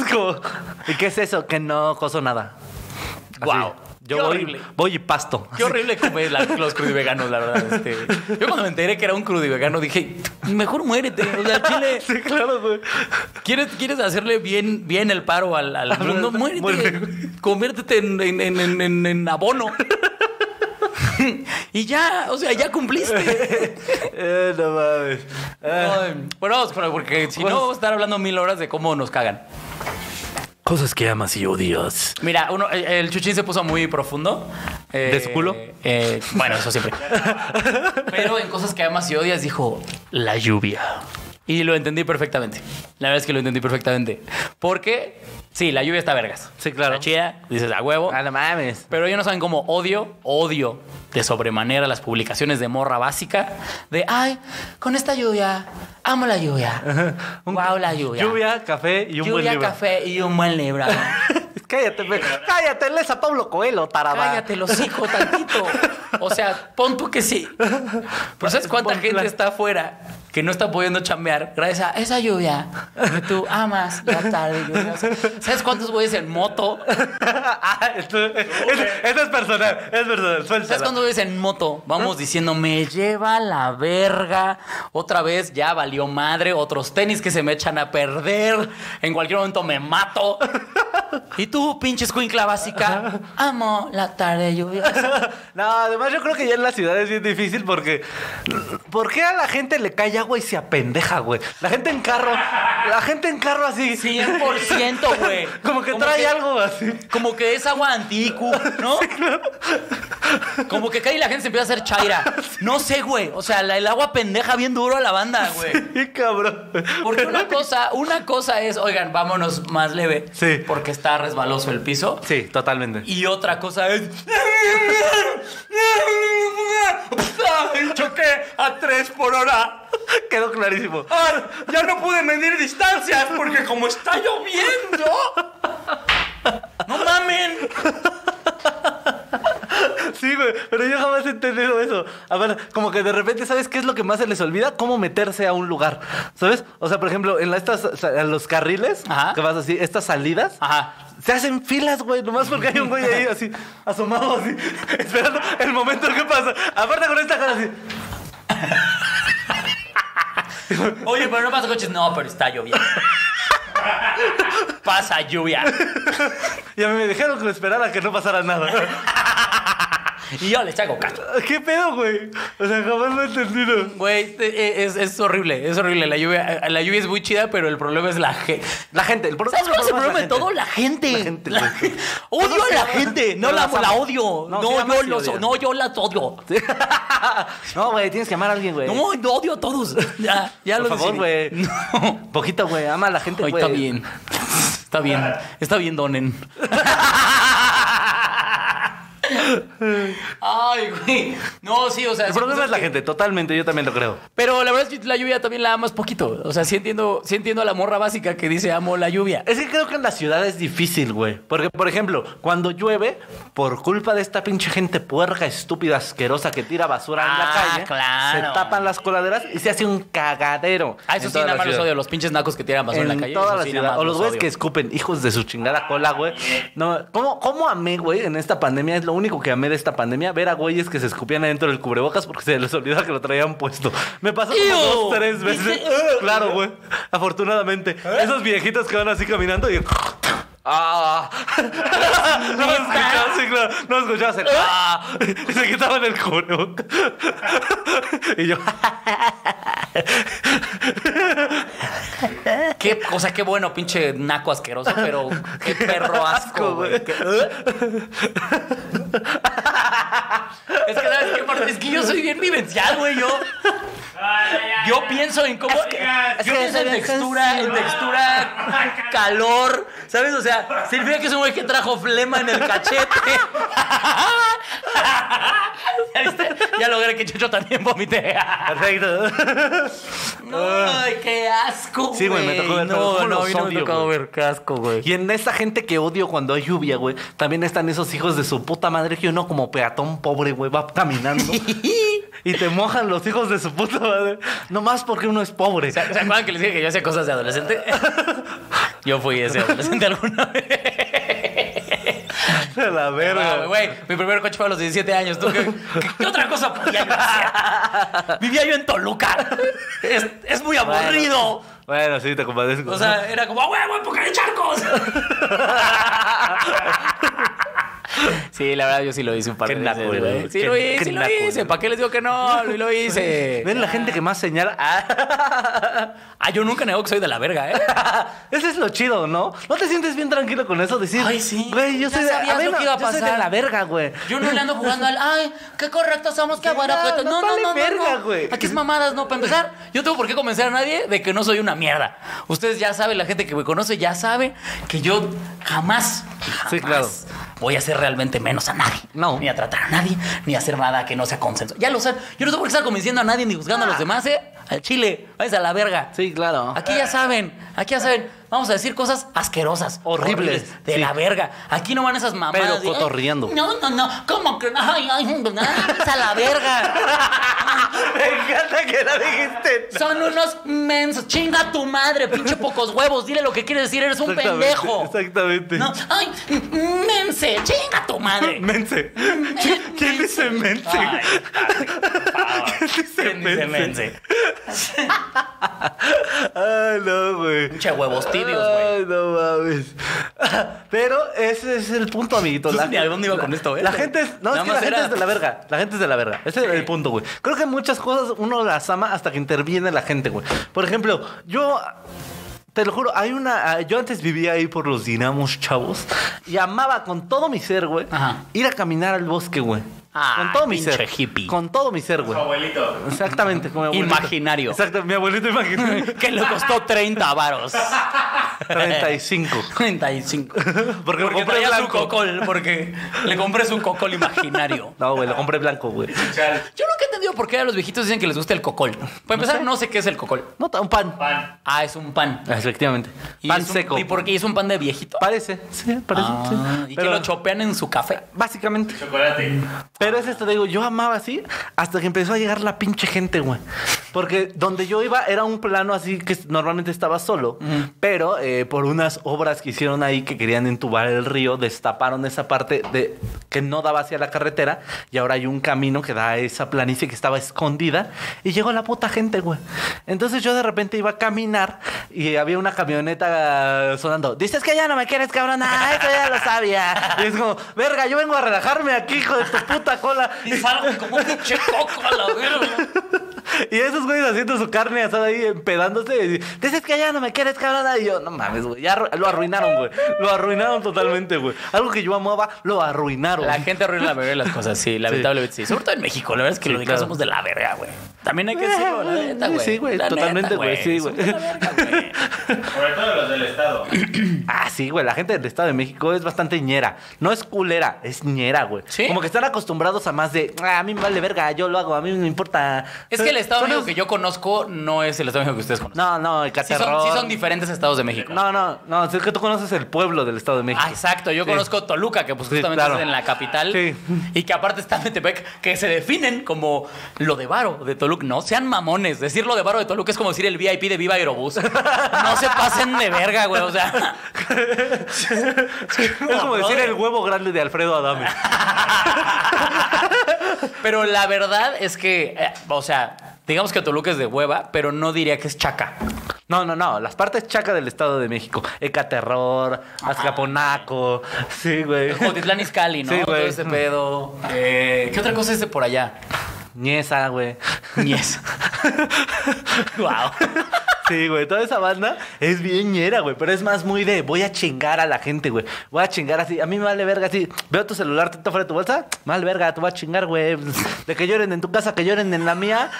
B: Es como, ¿Y qué es eso? Que no coso nada. Así.
A: Guau.
B: Yo
A: Qué
B: voy,
A: horrible.
B: voy y pasto.
A: Qué horrible comer la- los crudiveganos, la verdad. este. Yo cuando me enteré que era un crudivegano dije, mejor muérete. O sea, chile,
B: Sí, claro, güey.
A: ¿quieres, quieres hacerle bien, bien el paro al,
B: Ah,
A: al mundo? Muérete.
B: Muérete.
A: Conviértete en, en- en- en- en- en abono. y ya, o sea, ya cumpliste.
B: Eh, no mames. Eh,
A: Ay, bueno, vamos, pero porque si no, vamos a estar hablando mil horas de cómo nos cagan.
B: Cosas que amas y odias.
A: Mira, uno, el, el chuchín se puso muy profundo. Eh,
B: ¿De su culo?
A: eh, bueno, eso siempre. Pero en cosas que amas y odias dijo la lluvia. Y lo entendí perfectamente. La verdad es que lo entendí perfectamente. Porque, sí, la lluvia está vergas.
B: Sí, claro.
A: Está chida, dices a huevo.
B: Ah, no mames.
A: Pero ellos no saben cómo odio, odio de sobremanera las publicaciones de morra básica de, ay, con esta lluvia, amo la lluvia. wow, la lluvia.
B: Lluvia, café y un buen
A: Lluvia,
B: libro.
A: café y un buen libro.
B: Cállate, pe- cállate, lees a Pablo Coelho, tarada.
A: Cállate los hocico tantito. O sea, pon tú que sí. Pero ¿sabes cuánta
B: Pon
A: gente
B: plan.
A: está afuera que no está pudiendo chambear gracias a esa lluvia que tú amas la tarde lluviosa? ¿Sabes cuántos güeyes en moto?
B: Ah, esto, eso, eso es personal, es personal, suéltala.
A: ¿Sabes cuántos güeyes en moto? Vamos diciendo, me lleva la verga. Otra vez ya valió madre. Otros tenis que se me echan a perder. En cualquier momento me mato. Y tú, pinche escuincla básica, amo la tarde lluviosa.
B: No, además yo creo que ya en la ciudad es bien difícil porque... ¿Por qué a la gente le cae agua y se apendeja, güey? La gente en carro, la gente en carro así...
A: 100%, güey.
B: Como que
A: Como
B: trae
A: que-
B: algo así.
A: Como que es agua anticu, ¿no? Como que cae y la gente se empieza a hacer chaira. No sé, güey. O sea, la- el agua pendeja bien duro a la banda, güey.
B: Y cabrón.
A: Porque una cosa, una cosa es, oigan, vámonos más leve.
B: Sí.
A: Porque está resbaloso el piso.
B: Sí, totalmente.
A: Y otra cosa es.
B: Choqué a tres por hora. Quedó clarísimo.
C: ¡Ah! Ya no pude medir distancias porque como está lloviendo.
A: ¡No mamen!
B: Sí, güey, pero yo jamás he entendido eso. A ver, como que de repente, ¿sabes qué es lo que más se les olvida? Cómo meterse a un lugar, ¿sabes? O sea, por ejemplo, en la- estas, o sea, en los carriles,
A: Ajá.
B: que vas así, estas salidas,
A: Ajá.
B: se hacen filas, güey, nomás porque hay un güey ahí así, asomado así, esperando el momento que pasa. Aparte con esta cara así,
A: Oye, pero no pasa coches. No, pero está lloviendo. Pasa lluvia.
B: y a mí me dijeron que lo esperara que no pasara nada.
A: Y yo les hago cacho.
B: ¿Qué pedo, güey? O sea, jamás lo he entendido.
A: Güey, e- e- es, es horrible, es horrible. La lluvia, la lluvia es muy chida, pero el problema es la gente.
B: La gente, el pro-
A: ¿Sabes cuál es el
B: la
A: problema de
B: gente.
A: todo? La gente.
B: La gente,
A: La-
B: güey.
A: Odio
B: Todos
A: a la
B: se aman.
A: gente. No,
B: No
A: la,
B: las amas.
A: la odio. No,
B: No, sí amas
A: yo
B: y
A: los-
B: odias.
A: no, yo las odio.
B: No, güey, tienes que amar a alguien, güey.
A: No, yo odio a todos. Ya, ya
B: Por
A: lo
B: favor, güey.
A: decidí. No.
B: Poquito, güey. Ama a la gente,
A: Ay,
B: güey.
A: está bien. Está bien. Está bien, Donen. Ay, güey. No, sí, o sea.
B: El
A: sí,
B: problema
A: pues,
B: es la
A: que-
B: gente, totalmente. Yo también lo creo.
A: Pero la verdad es que la lluvia también la amas poquito. O sea, sí entiendo, sí entiendo a la morra básica que dice amo la lluvia.
B: Es que creo que en la ciudad es difícil, güey. Porque, por ejemplo, cuando llueve, por culpa de esta pinche gente puerca, estúpida, asquerosa que tira basura en
A: Ah,
B: la calle,
A: claro.
B: se tapan las coladeras y se hace un cagadero.
A: Ah, eso
B: En
A: sí,
B: toda
A: nada
B: la
A: más los
B: ciudad.
A: odio, los pinches nacos que tiran basura en,
B: en
A: la calle.
B: toda
A: eso
B: la
A: sí, nada
B: ciudad.
A: más
B: O los güeyes
A: odio.
B: que escupen, hijos de su chingada cola, güey. No, ¿cómo, ¿Cómo amé, güey, en esta pandemia? Es lo único que amé de esta pandemia, ver a güeyes que se escupían adentro del cubrebocas porque se les olvidaba que lo traían puesto. Me pasó como
A: ¡Ew!
B: dos, tres veces.
A: ¿Viste?
B: Claro, güey. Afortunadamente.
A: ¿Eh?
B: Esos viejitos que van así caminando y. ¡Ah! No me escuchabas, sí, claro. No escuchabas el ¡Ah!
A: ¿Eh?
B: Y se quitaban el cubrebocas. Y yo.
A: Qué, o sea, qué bueno, pinche naco asqueroso, pero qué perro asco, güey. Qué- ¿eh? Es que, ¿sabes qué, Marta? Es que yo soy bien vivencial, güey. Yo, yo pienso en cómo.
B: es
A: yo
B: que
A: pienso en
B: sabía que
A: textura,
B: sí.
A: en textura, calor, ¿sabes? O sea, significa que es un güey que trajo flema en el cachete. ¿Ya viste? Ya logré que Chucho también vomite.
B: Perfecto.
A: Ay, qué asco,
B: Ah. Sí, güey, me tocó ver, pero
A: No,
B: ¿cómo
A: no,
B: los
A: a mí no me
B: odio,
A: tocó
B: güey?
A: ver casco, güey.
B: Y en esa gente que odio cuando hay lluvia, güey, también están esos hijos de su puta madre que uno como peatón pobre, güey, va caminando y te mojan los hijos de su puta madre. Nomás porque uno es pobre.
A: ¿Se se acuerdan que les dije que yo hacía cosas de adolescente? Yo fui ese adolescente alguna vez.
B: A la
A: Ah,
B: verga.
A: Güey, mi primer coche fue a los 17 años. ¿Tú qué, qué- qué otra cosa podía yo hacer? Vivía yo en Toluca. Es, es muy
B: Bueno.
A: aburrido.
B: Bueno, sí, te compadezco.
A: O sea, era como, "Ah, güey, güey, porque hay charcos. Sí, la verdad, yo sí lo hice un par
B: Qué
A: de veces,
B: naco,
A: güey.
B: güey.
A: Sí
B: Qué-
A: lo hice,
B: qué
A: sí lo
B: naco,
A: hice.
B: güey.
A: ¿Para qué les digo que no? Lo lo hice.
B: ven la gente que más señala. Ah.
A: Ah, yo nunca niego que soy de la verga, ¿eh?
B: Ese es lo chido, ¿no? ¿No te sientes bien tranquilo con eso? Decir,
A: Ay, sí.
B: Güey, yo
A: Ya
B: soy de,
A: sabías
B: a ver,
A: lo
B: no,
A: que iba a
B: yo soy de
A: pasar.
B: la verga, güey.
A: Yo no le ando jugando al, ay, qué correctos somos,
B: Sí,
A: qué aguarapuetos.
B: no,
A: No,
B: no
A: no,
B: vale
A: no, no,
B: verga,
A: no.
B: güey.
A: Aquí es mamadas, no, para empezar. Yo tengo por qué convencer a nadie de que no soy una mierda. Ustedes ya saben, la gente que me conoce ya sabe que yo jamás, jamás
B: Sí, claro.
A: voy a hacer realmente menos a nadie.
B: No.
A: Ni a tratar a nadie, ni a hacer nada que no sea consenso. Ya lo saben. Yo no tengo por qué estar convenciendo a nadie ni juzgando a
B: Ah.
A: los demás, ¿eh? Al chile, váyanse a la verga.
B: Sí, claro.
A: Aquí ya saben, aquí ya saben, vamos a decir cosas asquerosas, horribles,
B: Horribles,
A: de
B: sí.
A: la verga. Aquí no van esas mamadas.
B: Pero
A: de, "Ay,
B: cotorreando".
A: No, no, no, ¿cómo que? Ay, ay, no, es a la verga.
B: Me encanta que la dijiste.
A: Son unos mensos. Chinga tu madre, pinche pocos huevos. Dile lo que quieres decir, eres un
B: Exactamente,
A: pendejo.
B: Exactamente.
A: No, ay, mense, chinga tu madre.
B: Mense. ¿Quién dice mense?
A: Ay, ay, ay.
B: ¿Quién dice
A: ¿Quién
B: mense?
A: dice mense?
B: Ay, no, güey.
A: Mucha huevos tibios, güey.
B: Ay, no mames. Pero ese es el punto, amiguito.
A: No sé ni a dónde iba con esto, ¿eh?
B: La gente es. No,
A: Nada
B: es que la
A: más
B: gente
A: era-
B: es de la verga. La gente es de la verga. Ese es el punto, güey. Creo que muchas cosas uno las ama hasta que interviene la gente, güey. Por ejemplo, yo. Te lo juro, hay una. ah, Yo antes vivía ahí por los dinamos, chavos. Y amaba con todo mi ser, güey.
A: Ajá.
B: Ir a caminar al bosque, güey.
A: Ah,
B: con todo mi
A: pinche
B: ser.
A: hippie.
B: Con todo mi ser, güey.
C: Abuelito.
B: Exactamente, como mi abuelito.
A: Imaginario.
B: Exacto, mi abuelito imaginario.
A: Que le costó 30 varos.
B: 35.
A: 35.
B: Porque lo
A: Porque
B: compré
A: traía su
B: blanco.
A: cocol, porque le compré su cocol imaginario.
B: No, güey, lo compré blanco, güey.
C: Chal.
A: Yo nunca he entendido por qué a los viejitos dicen que les gusta el cocol. Para empezar, no sé qué es el cocol.
B: No, ta- un pan.
C: Pan.
A: Ah, es un pan.
B: Efectivamente.
A: Y
B: pan
A: es un-
B: seco.
A: ¿Y por qué es un pan de viejito?
B: Parece. Sí, parece.
A: Ah,
B: sí.
A: y que
B: Pero
A: lo chopean en su café.
B: básicamente.
C: Chocolate.
B: Pero es esto, te digo, yo amaba así hasta que empezó a llegar la pinche gente, güey. Porque donde yo iba era un plano así que normalmente estaba solo, pero eh, por unas obras que hicieron ahí que querían entubar el río, destaparon esa parte de que no daba hacia la carretera y ahora hay un camino que da a esa planicie que estaba escondida y llegó la puta gente, güey. Entonces yo de repente iba a caminar y había una camioneta sonando, dices que ya no me quieres, cabrón, ah, eso ya lo sabía. Y es como, verga, yo vengo a relajarme aquí, hijo de tu puta cola.
A: Es algo como un pinche coco a la verga.
B: Y esos güeyes haciendo su carne asada ahí, empedándose. Y dices que ya no me quieres, cabrón. Y yo, no mames, güey. Ya arru- lo arruinaron, güey. Lo arruinaron totalmente, güey. Algo que yo amaba, lo arruinaron.
A: La gente arruina la verga de las cosas, sí, lamentablemente sí. Sobre todo en México, la verdad es que
B: Sí,
A: los mexicanos
B: claro. Eh,
A: somos de la verga, güey. También hay que decirlo, la neta, güey.
B: Sí, güey,
A: La neta,
B: totalmente, güey, sí,
A: somos
B: güey.
A: de la verga, güey.
C: Sobre todo los del Estado.
B: Ah, sí, güey. La gente del Estado de México es bastante ñera. No es culera, es ñera, güey.
A: ¿Sí?
B: Como que están acostumbrados a más de, "Ah, a mí me vale verga, yo lo hago, a mí no me importa.
A: Es que el Estado de
B: Son
A: México
B: los-
A: que yo conozco no es el Estado de México que ustedes conocen.
B: No, no, el
A: Sí son,
B: caterrón.
A: sí son diferentes estados de México.
B: No, no, no. Es que tú conoces el pueblo del Estado de México.
A: Ah, exacto. Yo
B: Sí.
A: conozco Toluca, que pues
B: Sí,
A: justamente
B: claro.
A: es en la capital.
B: Sí.
A: Y que aparte está Metepec, que se definen como lo de varo de Toluca. No sean mamones. Decir lo de varo de Toluca es como decir el VIP de Viva Aerobús. No se pasen de verga, güey. O sea,
B: Es como decir el huevo grande de Alfredo Adame.
A: pero la verdad es que, eh, o sea, digamos que Toluca es de hueva, pero no diría que es chaca.
B: No, no, no. Las partes chacas del Estado de México. Ecaterror, Azcaponaco. Sí, güey.
A: Jotitlán Izcalli, ¿no?
B: Sí,
A: Todo
B: güey.
A: ese pedo. Eh, ¿Qué otra cosa es de por allá?
B: Niesa, güey.
A: Nies. wow.
B: Sí, güey. Toda esa banda es bien ñera, güey. Pero es más muy de voy a chingar a la gente, güey. Voy a chingar así. A mí me vale verga así. Veo tu celular tanto fuera de tu bolsa. Me vale verga, te voy a chingar, güey. De que lloren en tu casa, que lloren en la mía.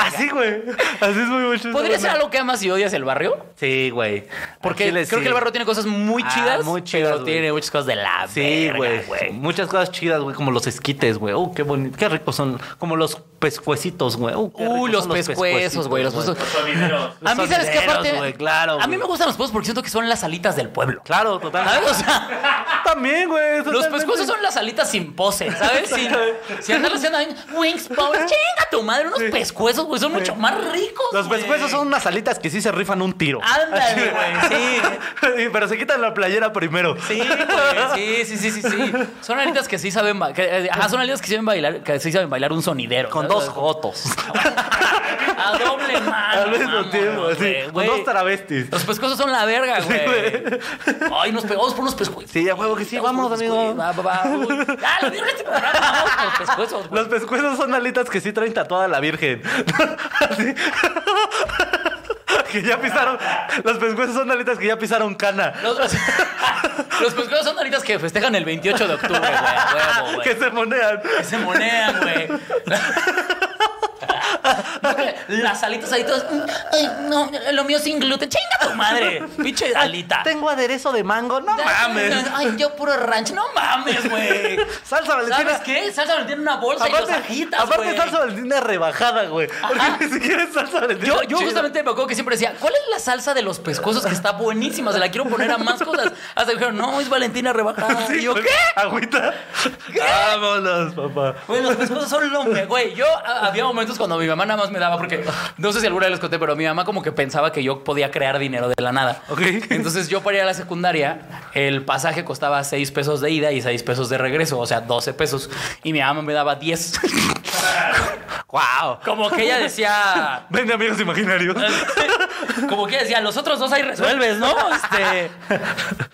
B: así, güey. Así es muy mucho. esa
A: ¿Podría ser
B: banda.
A: algo que amas y odias el barrio?
B: Sí, güey.
A: Porque
B: Al chile
A: creo que el
B: sí.
A: barrio tiene cosas muy
B: Ah,
A: chidas,
B: muy chidas,
A: pero
B: güey.
A: tiene muchas cosas de la
B: Sí,
A: verga,
B: güey. Muchas cosas chidas, güey, como los esquites, güey. Oh, qué bonito, qué ricos son. Como los pescuecitos, güey. Uh,
A: Uh, los pescuezos, güey. Los pescuezos.
C: Los sonideros.
A: A mí,
B: Los
A: ¿sabes qué
B: sonideros,
A: aparte?
B: güey, claro,
A: a mí
B: güey.
A: me gustan los pescuezos porque siento que son las alitas del pueblo.
B: Claro, total.
A: ¿Sabes? O sea,
B: También, güey.
A: los
B: totalmente.
A: pescuezos son las alitas sin pose, ¿sabes? Sin, sin andar haciendo ahí, wings, power. Chinga tu madre, unos pescuezos, güey, son mucho más ricos.
B: Los
A: güey.
B: pescuezos son unas alitas que sí se rifan un tiro.
A: Ándale, güey, sí.
B: Sí, Pero se quitan la playera primero.
A: Sí, güey, pues, sí, sí, sí, sí, sí. Son alitas que sí saben, ba- que, eh, ajá, son alitas que sí saben bailar, que sí saben bailar un sonidero.
B: Con
A: ¿sabes?
B: dos jotos.
A: A doble mano.
B: Al mismo
A: vámonos,
B: tiempo, sí.
A: güey,
B: Con
A: güey.
B: dos travestis.
A: Los pescuezos son la verga, güey. Ay, nos pegamos por unos pescuezos.
B: Sí, a huevo que sí, vamos,
A: por unos
B: amigo.
A: pescuezos. Va, va, va, uy. Ya, lo vieron este programa, vamos por los pescuezos, güey.
B: Los pescuezos son alitas que sí traen tatuada la Virgen. Así. que ya pisaron. Los pescuezos son alitas que ya pisaron cana.
A: Los, los, los pescuezos son alitas que festejan el 28 de octubre, güey. a huevo, güey.
B: que se monean.
A: Que se monean, güey. Las alitas ahí todas. "Mm, Ay, no, lo mío sin gluten. Chinga tu madre. Pinche alita.
B: Tengo aderezo de mango, no mames.
A: Ay, yo puro ranch. No mames, güey.
B: Salsa
A: ¿Sabes
B: valentina.
A: qué? Salsa Valentina en una bolsa y los agitas,
B: aparte
A: güey.
B: salsa valentina rebajada, güey.
A: Ajá.
B: Porque ni siquiera es salsa valentina.
A: Yo, yo
B: chida.
A: justamente me acuerdo que siempre decía, ¿cuál es la salsa de los pescosos que está buenísima? Se la quiero poner a más cosas. Hasta que dijeron, no, es Valentina rebajada.
B: Sí,
A: y yo,
B: güey.
A: ¿qué?
B: Agüita. Vámonos, papá.
A: Güey, los pescosos son lo mejor. Güey, yo a- había momentos cuando mi mamá nada más me daba, porque no sé si alguna vez les conté, pero mi mamá como que pensaba que yo podía crear dinero de la nada.
B: Ok.
A: Entonces yo para ir a la secundaria, el pasaje costaba 6 pesos de ida y 6 pesos de regreso, o sea, 12 pesos. Y mi mamá me daba 10.
B: ¡Wow!
A: Como que ella decía.
B: Vende amigos imaginarios.
A: Como que ella decía, los otros dos ahí Eh, resuelves, ¿no? Este,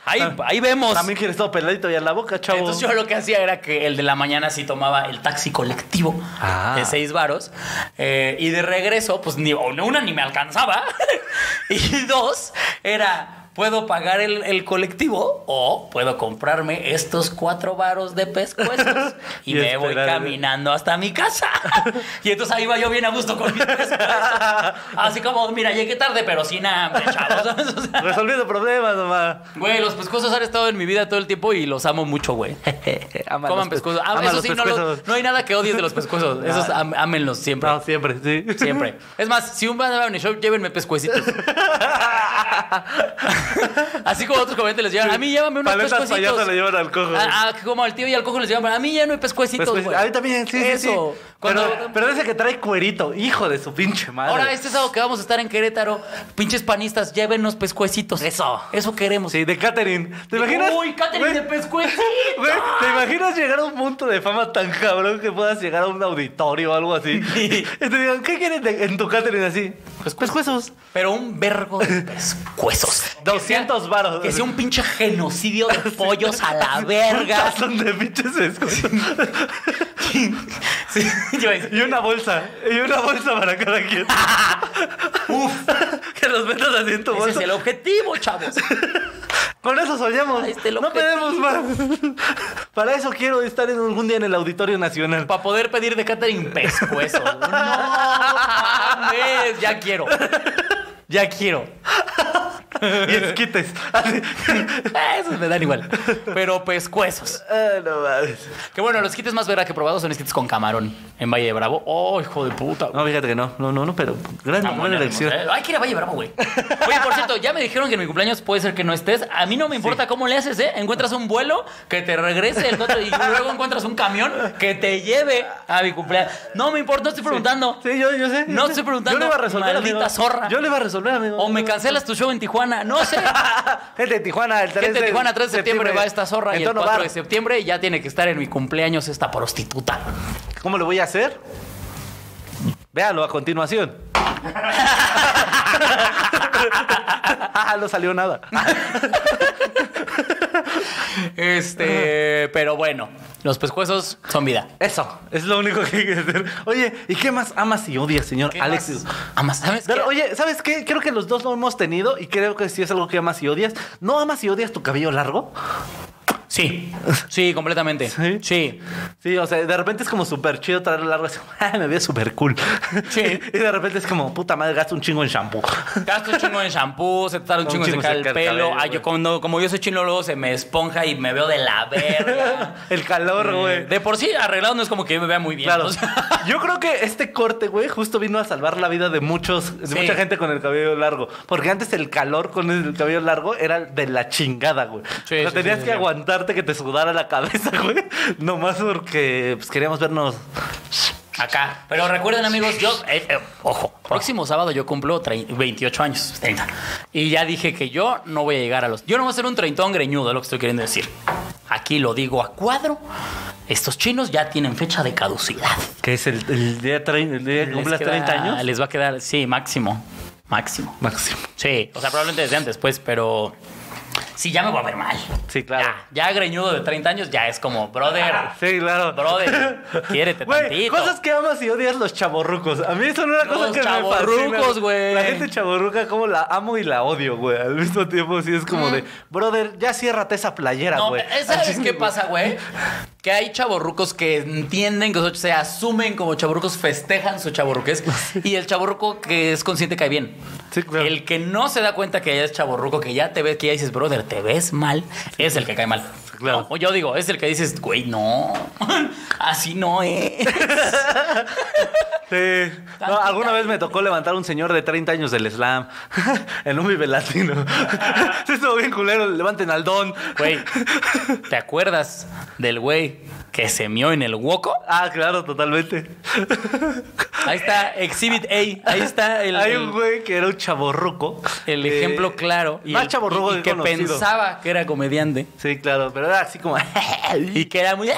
A: ahí, ahí vemos.
B: También quieres todo peladito y a la boca, chavo.
A: Entonces yo lo que hacía era que el de la mañana sí tomaba el taxi colectivo
B: Ah.
A: de seis varos eh, y de regreso pues ni una ni me alcanzaba y dos era puedo pagar el, el colectivo o puedo comprarme estos cuatro varos de pescuezos y,
B: Y
A: me voy
B: esperar. ¿eh?
A: caminando hasta mi casa y entonces ahí iba yo bien a gusto con mis pescuezos así como mira llegué tarde pero sin hambre chavos ¿sabes? O sea,
B: Resolviendo problemas, mamá.
A: Güey, los pescosos han estado en mi vida todo el tiempo y los amo mucho, güey.
B: Ama
A: Coman
B: los pes-
A: pescosos. Ah,
B: ama
A: eso
B: los
A: sí, no, lo-
B: pescosos.
A: no hay nada que odies de los pescosos. Esos am- ámenlos siempre.
B: No, siempre, sí.
A: Siempre. Es más, si un van a un show, llévenme pescuecitos. Así como otros comediantes les llevan. A mí llévame unos
B: Paletas
A: pescuecitos. Ah,
B: payasas le llevan al cojo.
A: A- a- como al tío y al cojo les llevan. A mí ya no hay pescuecitos,
B: Pescuecitos.
A: güey.
B: A mí Pues, también, sí, sí,
A: Eso.
B: sí.
A: Cuando-
B: Pero, pero ese que trae cuerito, hijo de su pinche madre.
A: Ahora, este sábado que vamos a estar en Querétaro, pinches panistas, llévenos pescuecitos. Eso. Eso queremos.
B: Sí, de Catherine. ¿Te imaginas?
A: Uy, Catherine
B: Güey,
A: de pescuecitos.
B: güey, ¿Te imaginas llegar a un punto de fama tan cabrón que puedas llegar a un auditorio o algo así?
A: Sí.
B: Y te digan, ¿qué quieres de- en tu Catherine así? Pues pescuezos.
A: Pero un vergo de pescuezos.
B: 200 varos.
A: Que sea un pinche genocidio de pollos a la verga.
B: Son de pinches pescuezos.
A: Sí, yo iba a decir,
B: Y una bolsa. Y una bolsa para cada quien.
A: Uf,
B: que los metas así en tu
A: ese es
B: bolsa.
A: el objetivo, chavos.
B: Con eso soñamos.
A: Ahí está el
B: no
A: objetivo.
B: pedimos más. para eso quiero estar en algún día en el Auditorio Nacional.
A: Para poder pedir de Catherine pescuezos. No mames, ya quiero. Ya quiero.
B: y esquites. Así.
A: Eh, Esos me dan igual. Pero pescuezos.
B: Ah, no mames.
A: Que bueno, los kits más verga que he probado son esquites con camarón en Valle de Bravo. Oh, hijo de puta. güey.
B: No, fíjate que no. No, no, no, pero gran,
A: Vamos,
B: Ah, buena
A: ya
B: elección.
A: vemos, ¿eh? Hay que ir a Valle Bravo, güey. Oye, por cierto, ya me dijeron que en mi cumpleaños puede ser que no estés. A mí no me importa cómo le haces, ¿eh? Encuentras un vuelo que te regrese el otro y luego encuentras un camión que te lleve a mi cumpleaños. No me importa, no estoy preguntando.
B: Sí, yo, yo sé.
A: No
B: yo sé.
A: estoy preguntando,
B: Yo le iba a resolver,
A: maldita
B: amigo.
A: zorra.
B: Yo le iba a resolver, amigo.
A: O me cancelas tu show en Tijuana, no sé.
B: Gente de Tijuana, el 3
A: Gente de
B: de
A: Tijuana, 3 de septiembre va esta zorra
B: en
A: y el
B: tono
A: 4
B: bar.
A: de septiembre ya tiene que estar en mi cumpleaños esta prostituta.
B: ¿Cómo lo voy a hacer? Véalo a continuación. ah, no salió nada.
A: Este, pero bueno, los pescuezos son vida.
B: Eso, es lo único que hay que hacer. Oye, ¿y qué más amas y odias, señor
A: ¿Qué
B: Alexis?
A: más? Amas, ¿sabes
B: Pero,
A: qué?
B: oye, ¿sabes qué? Creo que los dos lo hemos tenido y creo que sí es algo que amas y odias. ¿No amas y odias tu cabello largo?
A: Sí, sí, completamente.
B: ¿Sí?
A: sí.
B: Sí, o sea, de repente es como súper chido traerlo largo. Es como, "Ah, me veo súper cool.
A: Sí.
B: y de repente es como, puta madre, gasto un chingo en shampoo.
A: Gasto un chingo en shampoo, se tarda
B: Un
A: un chingo en
B: chingo
A: secar
B: en
A: el
B: secar el
A: pelo.
B: cabello,
A: Ay, yo
B: güey.
A: cuando, como yo soy chino, luego se me esponja y me veo de la verga. Eh,
B: El calor, güey.
A: De por sí, arreglado no es como que yo me vea muy bien.
B: Claro.
A: o sea.
B: Yo creo que este corte, güey, justo vino a salvar la vida de muchos, de
A: Sí.
B: mucha gente con el cabello largo. Porque antes el calor con el cabello largo era de la chingada, güey.
A: Sí,
B: o sea,
A: sí,
B: tenías
A: sí,
B: que
A: sí.
B: aguantarte que te sudara la cabeza, güey. Nomás porque pues, queríamos vernos.
A: Acá. Pero recuerden, amigos, yo. eh, eh, ojo, próximo sábado yo cumplo tre- 28 años, 30. Y ya dije que yo no voy a llegar a los. Yo no voy a ser un treintón greñudo, es lo que estoy queriendo decir. Aquí lo digo a cuadro. Estos chinos ya tienen fecha de caducidad.
B: ¿Qué es el, el día, trein- el día que
A: Les
B: cumplas
A: queda-
B: 30 años?
A: Les va a quedar, sí, máximo. Máximo.
B: Máximo.
A: Sí, o sea, probablemente desde antes, pues, pero. Sí, ya me voy a ver mal.
B: Sí, claro. Ah,
A: Ya, ya greñudo de 30 años, ya es como, brother,
B: Sí, claro.
A: brother, quiérete
B: Güey,
A: tantito.
B: cosas que amas y odias los chaborrucos. A mí son una cosa
A: Los
B: que me fascina.
A: chavorrucos, güey.
B: La gente chaborruca como la amo y la odio, güey. Al mismo tiempo sí es como de, brother, ya ciérrate esa playera,
A: No,
B: güey.
A: eh, ¿sabes qué pasa, güey? Que hay chaborrucos que entienden, que se asumen como chaborrucos, festejan su chaborruques. Y el chaborruco que es consciente que cae bien.
B: Sí, claro.
A: El que no se da cuenta que ya es chaborruco, que ya te ves, que ya dices, brother, te ves mal, es el que cae mal.
B: claro.
A: O yo digo, es el que dices, güey, no, así no es.
B: Sí. No, alguna vez me tocó levantar a un señor de 30 años del slam en un vive latino. Se estuvo bien culero, levanten al don.
A: Güey, ¿te acuerdas del güey que se mió en el hueco?
B: Ah, claro, totalmente.
A: Ahí está, Exhibit A. Ahí está el,
B: Hay
A: el-
B: un güey que era un chaborruco.
A: el ejemplo claro.
B: Y
A: Y,
B: más
A: el-
B: chaborruco
A: y- y que
B: conocido.
A: pensaba que era comediante.
B: Sí, claro, pero era así como...
A: Y que era muy...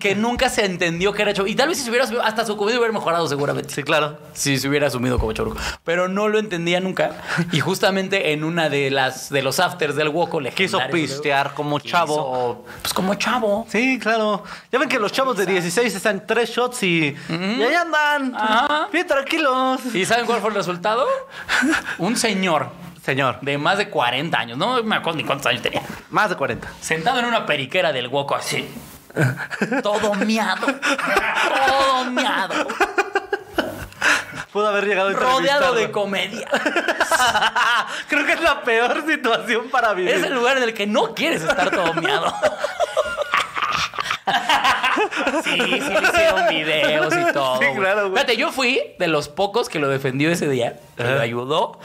A: Que nunca se entendió que era chavo. Y tal vez si se hubiera... Hasta su comedia hubiera mejorado seguramente.
B: Sí, claro.
A: Si se hubiera asumido como Choruco. Pero no lo entendía nunca. Y justamente en una de las de los afters del Woco le
B: Quiso pistear como chavo.
A: Pues como chavo.
B: Sí, claro. Ya ven que los chavos de 16 están tres shots y, y ahí andan.
A: Ajá.
B: Bien tranquilos.
A: ¿Y saben cuál fue el resultado? Un señor
B: Señor,
A: de más de 40 años. No me acuerdo ni cuántos años tenía.
B: más de 40.
A: Sentado en una periquera del Woco así. Todo miado. Todo miado.
B: Pudo haber llegado a
A: Rodeado de
B: entrevistarlo.
A: comedia.
B: Creo que es la peor situación para vivir.
A: Es el lugar en el que no quieres estar todo miado. Sí, sí, le hicieron videos y todo.
B: Sí,
A: güey.
B: claro, güey.
A: Fíjate, yo fui de los pocos que lo defendió ese día, que lo ayudó,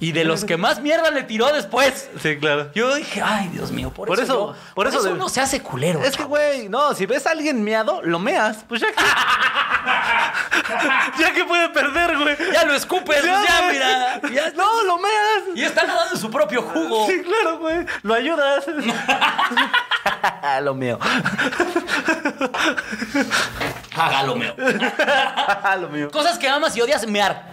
A: y de los que más mierda le tiró después.
B: Sí, claro.
A: Yo dije, ay, Dios mío, por,
B: Por
A: eso,
B: eso-
A: yo-
B: por
A: por
B: eso
A: eso
B: de-
A: uno se hace culero.
B: Es que, güey, no, si ves a alguien meado, lo meas. Pues ya que. ya que puede perder, güey.
A: Ya lo escupes, Pues ya,
B: güey.
A: mira. ya-
B: No, lo meas.
A: Y está nadando su propio jugo.
B: Sí, claro, güey. Lo ayudas. lo mío.
A: Hágalo, meo.
B: lo mío.
A: Cosas que amas y odias, mear.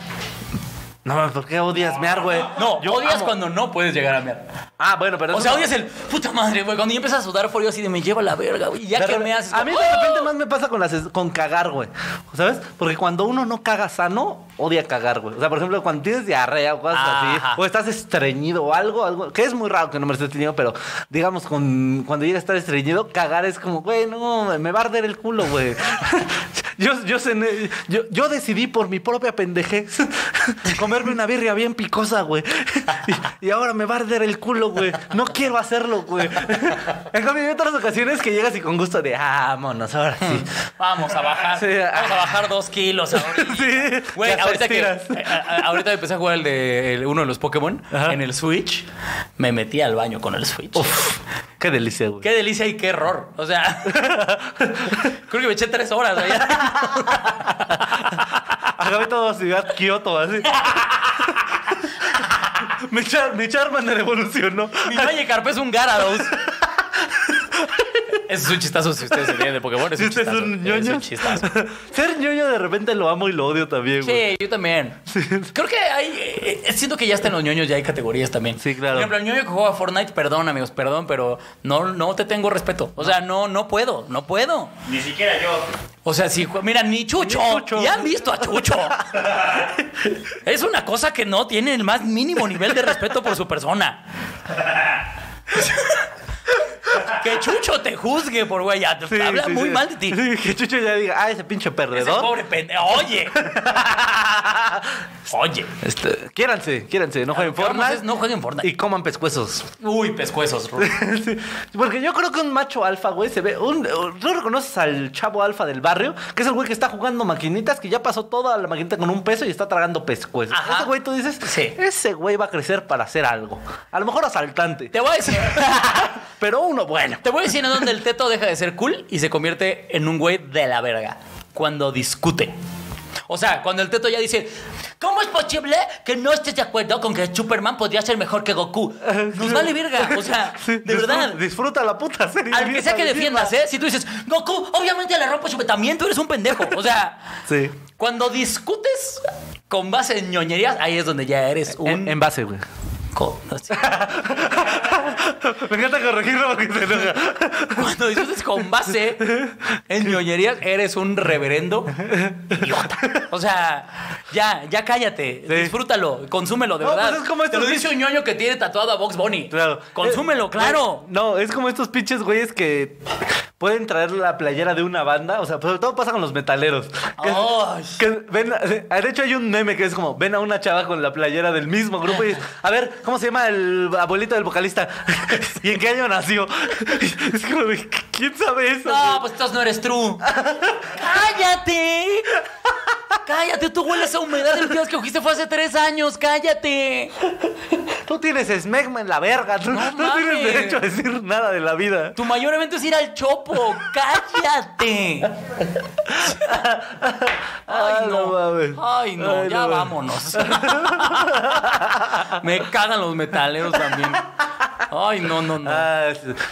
B: No, ¿por qué odias mear, güey?
A: No,
B: Yo
A: odias
B: amo.
A: cuando no puedes llegar a mear.
B: Ah, bueno, pero.
A: O
B: eso
A: sea,
B: no-
A: odias el puta madre, güey. Cuando yo empiezo a sudar frío así de me lleva la verga, güey. Y ya
B: De
A: que
B: re-
A: me haces.
B: A mí de
A: "Oh".
B: repente más me pasa con las es- con cagar, güey. ¿Sabes? Porque cuando uno no caga sano, odia cagar, güey. O sea, por ejemplo, cuando tienes diarrea o cosas
A: Ajá.
B: así, o pues, estás estreñido o algo, algo, que es muy raro que no me esté estreñido, pero digamos, con, cuando llega a estar estreñido, cagar es como, güey, no, me va a arder el culo, güey. yo, yo, cené- yo, yo decidí por mi propia pendejez comerme una birria bien picosa, güey. y, y ahora me va a arder el culo, güey. No quiero hacerlo, güey. en cambio, hay otras ocasiones que llegas y con gusto de, ah, vámonos, ahora sí.
A: Vamos a bajar.
B: Sí, ah.
A: Vamos a bajar dos kilos ahorita.
B: sí.
A: Güey,
B: Ya te
A: ahorita que.
B: estiras.
A: a- a- Ahorita empecé a jugar el de el- uno de los Pokémon en el Switch. Me metí al baño con el Switch.
B: Uf, qué delicia, güey.
A: Qué delicia y qué error. O sea, creo que me eché tres horas allá.
B: Acabé toda ciudad Kioto, así. mi, Char mi Charmander evolucionó.
A: Mi Valle Carpe es un Garados. Ese es un chistazo si ustedes se entienden de Pokémon. Es
B: Si
A: un
B: usted es
A: chistazo.
B: un ñoño.
A: Es un chistazo.
B: Ser ñoño de repente lo amo y lo odio también, güey.
A: Sí, yo también. Creo que hay. eh, eh, siento que ya están los ñoños, ya hay categorías también.
B: Sí, claro.
A: Por ejemplo, el ñoño que juega Fortnite, perdón, amigos, perdón, pero no, no te tengo respeto. O sea, no, no puedo, no puedo.
C: Ni siquiera yo.
A: O sea, si. jue- Mira, ni Chucho.
B: Ni Chucho.
A: Ya han visto a Chucho. es una cosa que no tiene el más mínimo nivel de respeto por su persona. que Chucho te juzgue por güey. ya,
B: Sí,
A: Habla
B: sí,
A: muy
B: sí.
A: mal de ti.
B: Sí, que Chucho ya diga, ah, ese pinche
A: Ese
B: perdedor.
A: pobre pendejo. Oye. Oye.
B: Este, quiéranse, quiéranse, no jueguen
A: que Ah, vamos
B: Fortnite.
A: es no jueguen Fortnite.
B: Y coman pescuezos.
A: Uy, pescuezos, Ruth.
B: Sí, Porque yo creo que un macho alfa, güey, se ve. Un, ¿Tú reconoces al chavo alfa del barrio? Que es el güey que está jugando maquinitas, que ya pasó toda la maquinita con un peso y está tragando pescuezos.
A: Ajá.
B: Ese güey, tú dices,
A: Sí.
B: ese güey va a crecer para hacer algo. A lo mejor asaltante,
A: Te voy a decir.
B: pero uno bueno.
A: Te voy a decir en dónde el teto deja de ser cool y se convierte en un güey de la verga. Cuando discute. O sea, cuando el teto ya dice, ¿cómo es posible que no estés de acuerdo con que Superman podría ser mejor que Goku? Nos vale verga. O sea,
B: Sí,
A: de
B: disfru-
A: verdad.
B: Disfruta la puta serie.
A: Al que sea que
B: Mierda,
A: defiendas, ¿eh? Si tú dices, Goku, obviamente le rompo su... También tú eres un pendejo. O sea,
B: Sí.
A: cuando discutes con base en ñoñerías, ahí es donde ya eres un...
B: En, en base, güey.
A: co- no sé.
B: Me encanta corregirlo porque se enoja.
A: Cuando discutes con base en ñoñerías, eres un reverendo idiota. O sea, ya, ya cállate.
B: Sí.
A: Disfrútalo, consúmelo, de
B: No,
A: verdad.
B: pues es como
A: Te
B: estos
A: lo
B: bichos-
A: dice un ñoño que tiene tatuado a Box Bunny.
B: Claro.
A: Consúmelo,
B: Eh,
A: claro.
B: eh, No, es como estos pinches güeyes que pueden traer la playera de una banda. O sea, pues, sobre todo pasa con los metaleros. Que,
A: Ay.
B: que ven, eh, de hecho, hay un meme que es como: ven a una chava con la playera del mismo grupo y dices, a ver, ¿cómo se llama el abuelito del vocalista? ¿Y en qué año nació? es como de, ¿quién sabe eso?
A: No, pues entonces no eres true. ¡Cállate! ¡Cállate! Tú hueles a humedad del día que cogiste fue hace tres años. ¡Cállate!
B: Tú tienes esmegma en la verga. Tú,
A: No
B: no tienes
A: mames.
B: derecho a decir nada de la vida.
A: Tu mayor evento es ir al chopo. ¡Cállate! Ay,
B: Ah, mames.
A: no. Ay, no.
B: Ay, no
A: ya
B: mames.
A: vámonos. Me cagan los metaleros también. Ay, no, no, no.
B: Ah,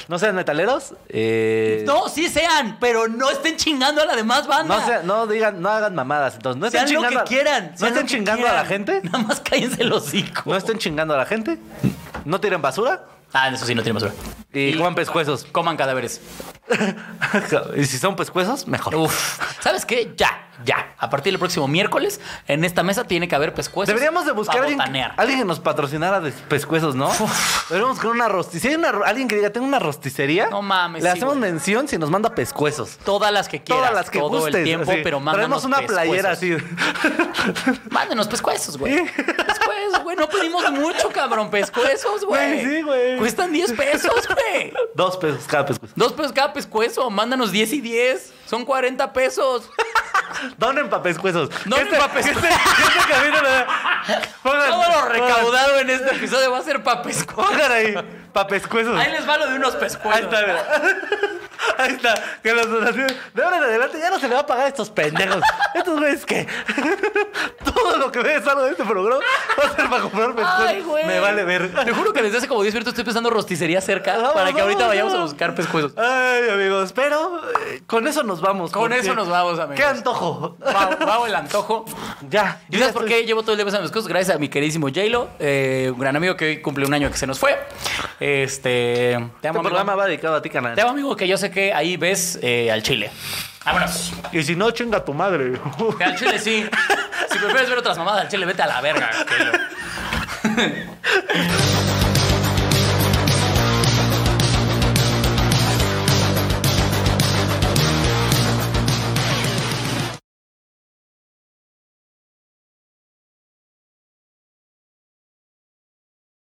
B: no sean metaleros. eh,
A: No, sí sean, pero no estén chingando a la demás banda.
B: No, sea- no digan, no hagan mamadas. Entonces, no estén
A: sean lo
B: chingando.
A: que
B: a-
A: quieran.
B: No
A: sean
B: estén
A: lo que
B: chingando a la
A: quieran.
B: gente.
A: Nada más cállense el hocico.
B: No estén chingando a la gente. No tiren basura.
A: Ah, eso sí, no tiene basura.
B: Y coman pescuezos.
A: Coman cadáveres.
B: y si son pescuezos, mejor.
A: Uf. ¿Sabes qué? Ya, ya. A partir del próximo miércoles, en esta mesa tiene que haber pescuezos.
B: Deberíamos de buscar
A: pa'
B: a alguien,
A: botanear.
B: alguien que nos patrocinara de pescuezos, ¿no? Deberíamos con una rosticería. Si hay una ro- alguien que diga, tengo una rosticería.
A: No mames,
B: Le
A: sí,
B: hacemos
A: güey.
B: mención si nos manda pescuezos.
A: Todas las que quieras.
B: Todas las que
A: todo
B: gustes.
A: el tiempo,
B: así.
A: pero mándanos
B: Traemos una playera
A: pescuezos.
B: así.
A: Mándenos pescuezos, güey. Pescuezos, güey. No pedimos mucho, cabrón. Pescuezos, güey.
B: Güey, sí, güey.
A: Cuestan 10 pesos, güey.
B: Dos pesos cada pescuezo.
A: Dos pesos cada pescuezo. Mándanos 10 y 10. Son 40 pesos.
B: Donen pa' pescuezos.
A: Donen
B: Este-
A: pa' pescuezos.
B: Este, este camino le- Pongan-
A: Todo lo
B: pongan-
A: recaudado en este episodio va a ser para pescuezos.
B: Pongan ahí. Pa' pescuezos.
A: Ahí les va lo de unos pescuezos.
B: Ahí está, mira. Ahí está. Que los donaciones. De ahora en adelante ya no se le va a pagar a estos pendejos. Estos güeyes que. Todo lo que veas algo de este programa va a ser para comprar pescuezos.
A: Ay, güey.
B: Me vale ver.
A: Te juro que desde hace como 10 minutos estoy pensando rosticería cerca
B: Vamos,
A: para que ahorita
B: vamos,
A: vayamos a
B: vamos.
A: buscar pescuezos.
B: Ay, amigos. Pero eh, con eso nos vamos.
A: Con
B: porque-
A: eso nos vamos, amigos.
B: Qué antojo.
A: Va, va el antojo.
B: Ya.
A: ¿Y sabes
B: ya
A: por
B: estoy- este
A: qué llevo todo el día pensando en mis cosas? Gracias a mi queridísimo J-Lo, eh, un gran amigo que hoy cumple un año que se nos fue. Este. Te
B: Este
A: amo,
B: programa
A: amigo.
B: va dedicado a ti, canal.
A: Te amo, amigo, que yo sé que ahí ves eh, al chile. Vámonos.
B: Y si no, chinga tu madre.
A: Que al chile sí. Si prefieres ver otras mamadas al chile, vete a la verga. J-Lo.